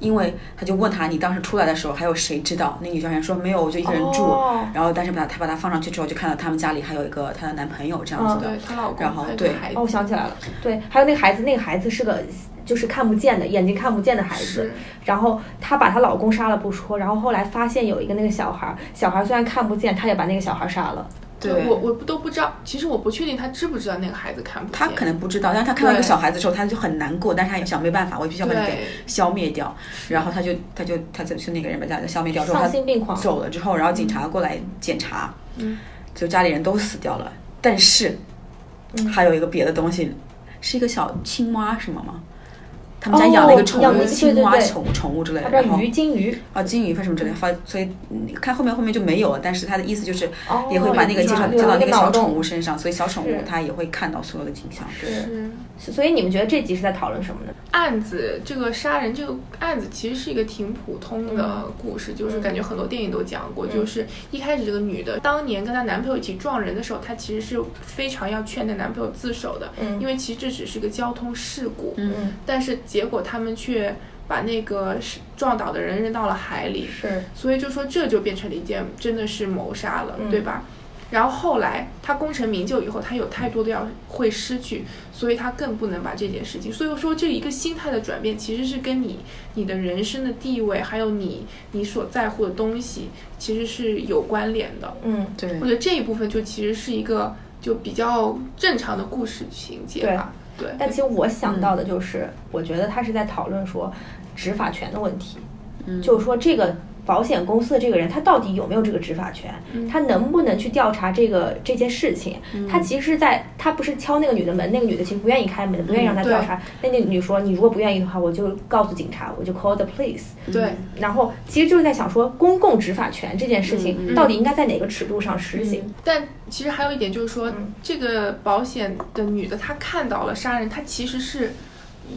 [SPEAKER 4] 因为他就问他你当时出来的时候还有谁知道？那女调查员说没有，我就一个人住。
[SPEAKER 2] 哦
[SPEAKER 4] 然后但是把他把他放上去之后，就看到他们家里还有一个她的男朋友这样子的。
[SPEAKER 2] 嗯
[SPEAKER 3] 对，她老公
[SPEAKER 4] 然后
[SPEAKER 3] 还有
[SPEAKER 4] 对
[SPEAKER 3] 个孩子
[SPEAKER 2] 哦，我想起来了，对，还有那个孩子，那个孩子是个就是看不见的，眼睛看不见的孩子
[SPEAKER 3] 是。
[SPEAKER 2] 然后她把她老公杀了不说，然后后来发现有一个那个小孩儿，小孩儿虽然看不见，她也把那个小孩儿杀了。
[SPEAKER 4] 对
[SPEAKER 3] 我我都不知道，其实我不确定他知不知道那个孩子看不见。
[SPEAKER 4] 他可能不知道，但是他看到一个
[SPEAKER 3] 对
[SPEAKER 4] 小孩子的时候，他就很难过，但是他也想没办法，我必须要把你给
[SPEAKER 3] 对
[SPEAKER 4] 消灭掉。然后他就他就他就去那个人把家消灭掉之后，
[SPEAKER 2] 丧心病
[SPEAKER 4] 他
[SPEAKER 2] 狂，
[SPEAKER 4] 走了之后，然后警察过来检查，
[SPEAKER 3] 嗯，
[SPEAKER 4] 就家里人都死掉了，但是、
[SPEAKER 2] 嗯
[SPEAKER 4] 还有一个别的东西，是一个小青蛙什么吗？他们家养了一个
[SPEAKER 2] 哦
[SPEAKER 4] 宠
[SPEAKER 2] 养
[SPEAKER 4] 物，
[SPEAKER 2] 了一个
[SPEAKER 4] 青
[SPEAKER 2] 对对
[SPEAKER 4] 蛙
[SPEAKER 2] 对
[SPEAKER 4] 宠宠物之类
[SPEAKER 2] 她
[SPEAKER 4] 的，
[SPEAKER 2] 叫
[SPEAKER 4] 然后
[SPEAKER 2] 鱼金鱼，
[SPEAKER 4] 啊金鱼什么之类的，发所以嗯看后面后面就没有了，但是他的意思就是
[SPEAKER 2] 哦
[SPEAKER 4] 也会把那个介绍
[SPEAKER 2] 有一
[SPEAKER 4] 介到那个小
[SPEAKER 2] 脑洞
[SPEAKER 4] 宠物身上，所以小宠物
[SPEAKER 2] 是
[SPEAKER 4] 它也会看到所有的景象。对，
[SPEAKER 2] 是
[SPEAKER 3] 是
[SPEAKER 2] 所以你们觉得这集是在讨论什么呢？
[SPEAKER 3] 案子这个杀人这个案子其实是一个挺普通的
[SPEAKER 4] 嗯
[SPEAKER 3] 故事，就是感觉很多电影都讲过，就是一开始这个女的当年跟她男朋友一起撞人的时候，她其实是非常要劝她男朋友自首的，
[SPEAKER 2] 嗯
[SPEAKER 3] 因为其实这只是个交通事故，
[SPEAKER 4] 嗯
[SPEAKER 2] 嗯，
[SPEAKER 3] 但是结果他们却把那个是撞倒的人扔到了海里，
[SPEAKER 2] 是
[SPEAKER 3] 所以就说这就变成了一件真的是谋杀了，
[SPEAKER 2] 嗯
[SPEAKER 3] 对吧？然后后来他功成名就以后，他有太多的要会失去，所以他更不能把这件事情。所以说，这一个心态的转变，其实是跟你你的人生的地位，还有你你所在乎的东西，其实是有关联的。
[SPEAKER 2] 嗯。
[SPEAKER 4] 对
[SPEAKER 3] 我觉得这一部分就其实是一个就比较正常的故事情节吧。对，
[SPEAKER 2] 但其实我想
[SPEAKER 3] 嗯
[SPEAKER 2] 到的就是，我觉得他是在讨论说执法权的问题，
[SPEAKER 3] 嗯
[SPEAKER 2] 就是说这个保险公司的这个人他到底有没有这个执法权，
[SPEAKER 3] 嗯
[SPEAKER 2] 他能不能去调查这个这件事情？他其实是在他不是敲那个女的门，那个女的其实不愿意开门的，不愿意
[SPEAKER 3] 嗯
[SPEAKER 2] 让他调查。那那女说：“你如果不愿意的话，我就告诉警察，我就 call the police。”
[SPEAKER 3] 对，
[SPEAKER 2] 然后其实就是在想说，公共执法权这件事
[SPEAKER 4] 嗯
[SPEAKER 2] 情
[SPEAKER 3] 嗯
[SPEAKER 2] 到底应该在哪个尺度上实行？
[SPEAKER 3] 但其实还有一点就是说，
[SPEAKER 2] 嗯
[SPEAKER 3] 这个保险的女的她看到了杀人，她其实是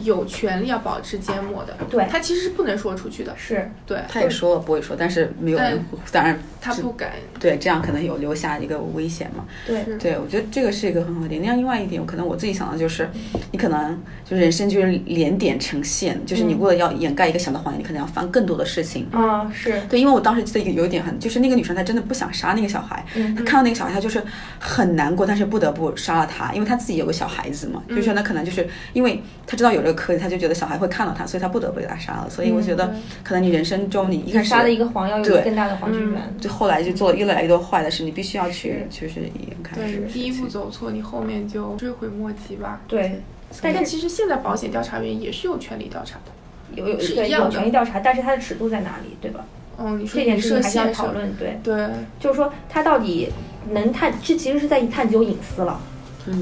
[SPEAKER 3] 有权利要保持缄默的，
[SPEAKER 2] 对
[SPEAKER 3] 她其实是不能说出去的，
[SPEAKER 2] 是，
[SPEAKER 3] 对，
[SPEAKER 4] 他也说了不会说，但是没有人
[SPEAKER 3] 但，
[SPEAKER 4] 当然
[SPEAKER 3] 她不敢，
[SPEAKER 4] 对，这样可能有留下一个危险嘛。
[SPEAKER 2] 对，
[SPEAKER 3] 是
[SPEAKER 4] 对，我觉得这个是一个很好的点。那另外一点，我可能我自己想的就是，你可能就是人生就是连点成线，就是
[SPEAKER 2] 嗯
[SPEAKER 4] 你为了要掩盖一个小的谎言，你可能要翻更多的事情。
[SPEAKER 2] 啊、是，
[SPEAKER 4] 对，因为我当时记得有有一点很，就是那个女生她真的不想杀那个小孩，
[SPEAKER 2] 嗯
[SPEAKER 4] 她看到那个小孩，她就是很难过，但是不得不杀了他，因为她自己有个小孩子嘛，
[SPEAKER 2] 嗯
[SPEAKER 4] 就是说那可能就是因为她知道有这个科技，她就觉得小孩会看到她，所以她不得不给他杀了。所以我觉得
[SPEAKER 3] 对，
[SPEAKER 4] 可能你人生中你一开始
[SPEAKER 2] 嗯杀了一个黄要有
[SPEAKER 4] 对
[SPEAKER 2] 更大的黄巨
[SPEAKER 3] 嗯
[SPEAKER 2] 源。
[SPEAKER 4] 就后来就做了越来越多坏的事，你必须要去就是掩盖这
[SPEAKER 3] 对
[SPEAKER 4] 个
[SPEAKER 3] 你
[SPEAKER 4] 事
[SPEAKER 3] 第一步
[SPEAKER 4] 情。
[SPEAKER 3] 走错，你后面就追悔莫及吧。
[SPEAKER 2] 对，但
[SPEAKER 3] 但
[SPEAKER 2] 是
[SPEAKER 3] 其实现在保险调查员也是有权利调查的。
[SPEAKER 2] 有有
[SPEAKER 3] 是
[SPEAKER 2] 对
[SPEAKER 3] 一样
[SPEAKER 2] 有
[SPEAKER 3] 的
[SPEAKER 2] 权利调查，但是它的尺度在哪里，对吧？
[SPEAKER 3] 嗯，你说
[SPEAKER 2] 这件
[SPEAKER 3] 影
[SPEAKER 2] 事情
[SPEAKER 3] 射
[SPEAKER 2] 还是要
[SPEAKER 3] 线
[SPEAKER 2] 讨
[SPEAKER 3] 上，
[SPEAKER 2] 论。对，
[SPEAKER 3] 对，
[SPEAKER 2] 就是说它到底能探，这其实是在探究隐私了，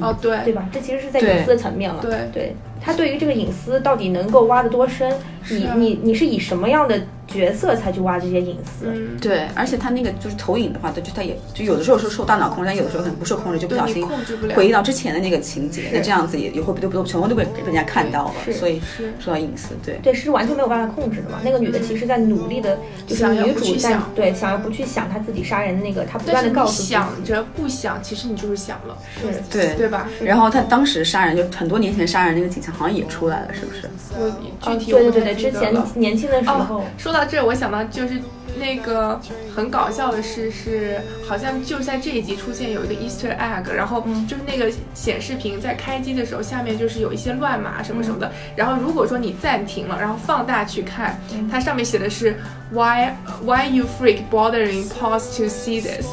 [SPEAKER 3] 哦，
[SPEAKER 2] 对
[SPEAKER 3] 对，
[SPEAKER 2] 吧？这其实是在
[SPEAKER 4] 对
[SPEAKER 2] 隐私的层面了。
[SPEAKER 3] 对，
[SPEAKER 2] 对他对于这个隐私到底能够挖得多深，你
[SPEAKER 3] 是啊
[SPEAKER 2] 你你是以什么样的角色才去挖这些隐私？
[SPEAKER 3] 嗯，
[SPEAKER 4] 对，而且它那个就是投影的话，它就它也就有的时候是受大脑控制，但有的时候可能不受控制，就不
[SPEAKER 3] 对
[SPEAKER 4] 小
[SPEAKER 3] 你
[SPEAKER 4] 心
[SPEAKER 3] 控制不了
[SPEAKER 4] 回忆到之前的那个情节，那这样子也也会被都都全部都被被人家看到了，
[SPEAKER 2] 是
[SPEAKER 4] 所以
[SPEAKER 3] 是
[SPEAKER 4] 说到隐私，对，
[SPEAKER 2] 对，是完全没有办法控制的嘛。那个女的其实在努力的，就是
[SPEAKER 3] 嗯想要
[SPEAKER 2] 女
[SPEAKER 3] 不
[SPEAKER 2] 主
[SPEAKER 3] 去
[SPEAKER 2] 在
[SPEAKER 3] 想
[SPEAKER 2] 对想要不去想她自己杀人那个，她不
[SPEAKER 3] 但是
[SPEAKER 2] 断的
[SPEAKER 3] 你
[SPEAKER 2] 告诉自己
[SPEAKER 3] 想着不想，其实你就是想了，
[SPEAKER 2] 是
[SPEAKER 4] 对
[SPEAKER 3] 对吧？
[SPEAKER 4] 然后他当时杀人，就很多年前杀人那个警察好像也出来了，是不是？
[SPEAKER 3] 我
[SPEAKER 2] 哦
[SPEAKER 3] 具体
[SPEAKER 2] 对
[SPEAKER 3] 我
[SPEAKER 2] 对
[SPEAKER 3] 不太
[SPEAKER 2] 对对，
[SPEAKER 3] 记
[SPEAKER 2] 之
[SPEAKER 3] 得
[SPEAKER 2] 前
[SPEAKER 3] 了
[SPEAKER 2] 年轻的时候
[SPEAKER 3] 哦，，说到这，我想到就是那个很搞笑的事是，好像就是在这一集出现有一个 Easter egg，然后
[SPEAKER 2] 嗯
[SPEAKER 3] 就是那个显示屏在开机的时候，下面就是有一些乱码什么什么
[SPEAKER 2] 嗯
[SPEAKER 3] 的。然后如果说你暂停了，然后放大去看，
[SPEAKER 2] 嗯
[SPEAKER 3] 它上面写的是 Why Why you freak bothering pause to see this，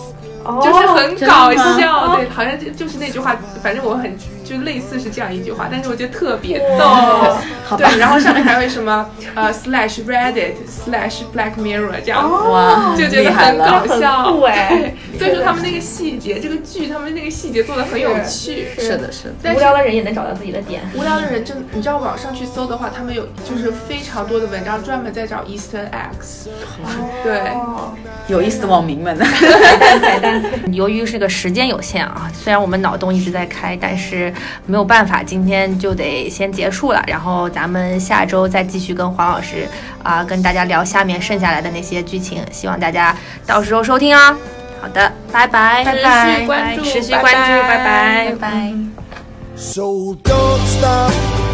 [SPEAKER 2] 哦
[SPEAKER 3] 就是很搞
[SPEAKER 4] 真的
[SPEAKER 3] 笑，对，好像就就是那句话，反正我很就类似是这样一句话，但是我觉得特别逗
[SPEAKER 2] 哇。
[SPEAKER 4] 好吧，
[SPEAKER 3] 对，然后上面还有什么呃 slash Reddit slash Black Mirror 这样子，
[SPEAKER 2] 哦
[SPEAKER 4] 哇，
[SPEAKER 3] 哦就觉
[SPEAKER 4] 厉
[SPEAKER 3] 得
[SPEAKER 4] 害
[SPEAKER 3] 很
[SPEAKER 4] 了
[SPEAKER 3] 搞，
[SPEAKER 2] 很
[SPEAKER 3] 笑。
[SPEAKER 2] 酷 哎，
[SPEAKER 3] 对，所以说他们那个细节，这个剧他们那个细节做的很有趣。
[SPEAKER 2] 是
[SPEAKER 4] 是的，是的，
[SPEAKER 3] 但
[SPEAKER 2] 无
[SPEAKER 3] 是
[SPEAKER 2] 聊的人也能找到自己的点。
[SPEAKER 3] 无聊的人真，你知道网上去搜的话，他们有就是非常多的文章专门在找 Eastern X，对
[SPEAKER 2] 哦，
[SPEAKER 4] 有意思的网民们，
[SPEAKER 2] 彩蛋，
[SPEAKER 5] 由于这个时间有限啊，虽然我们脑洞一直在开，但是没有办法，今天就得先结束了。然后咱们下周再继续跟黄老师啊、跟大家聊下面剩下来的那些剧情，希望大家到时候收听啊。好的，拜拜，
[SPEAKER 3] 持续关注
[SPEAKER 5] 持续
[SPEAKER 3] 拜
[SPEAKER 5] 关注，
[SPEAKER 3] 拜
[SPEAKER 5] 拜拜，
[SPEAKER 3] 拜
[SPEAKER 5] 拜。
[SPEAKER 6] So don't stop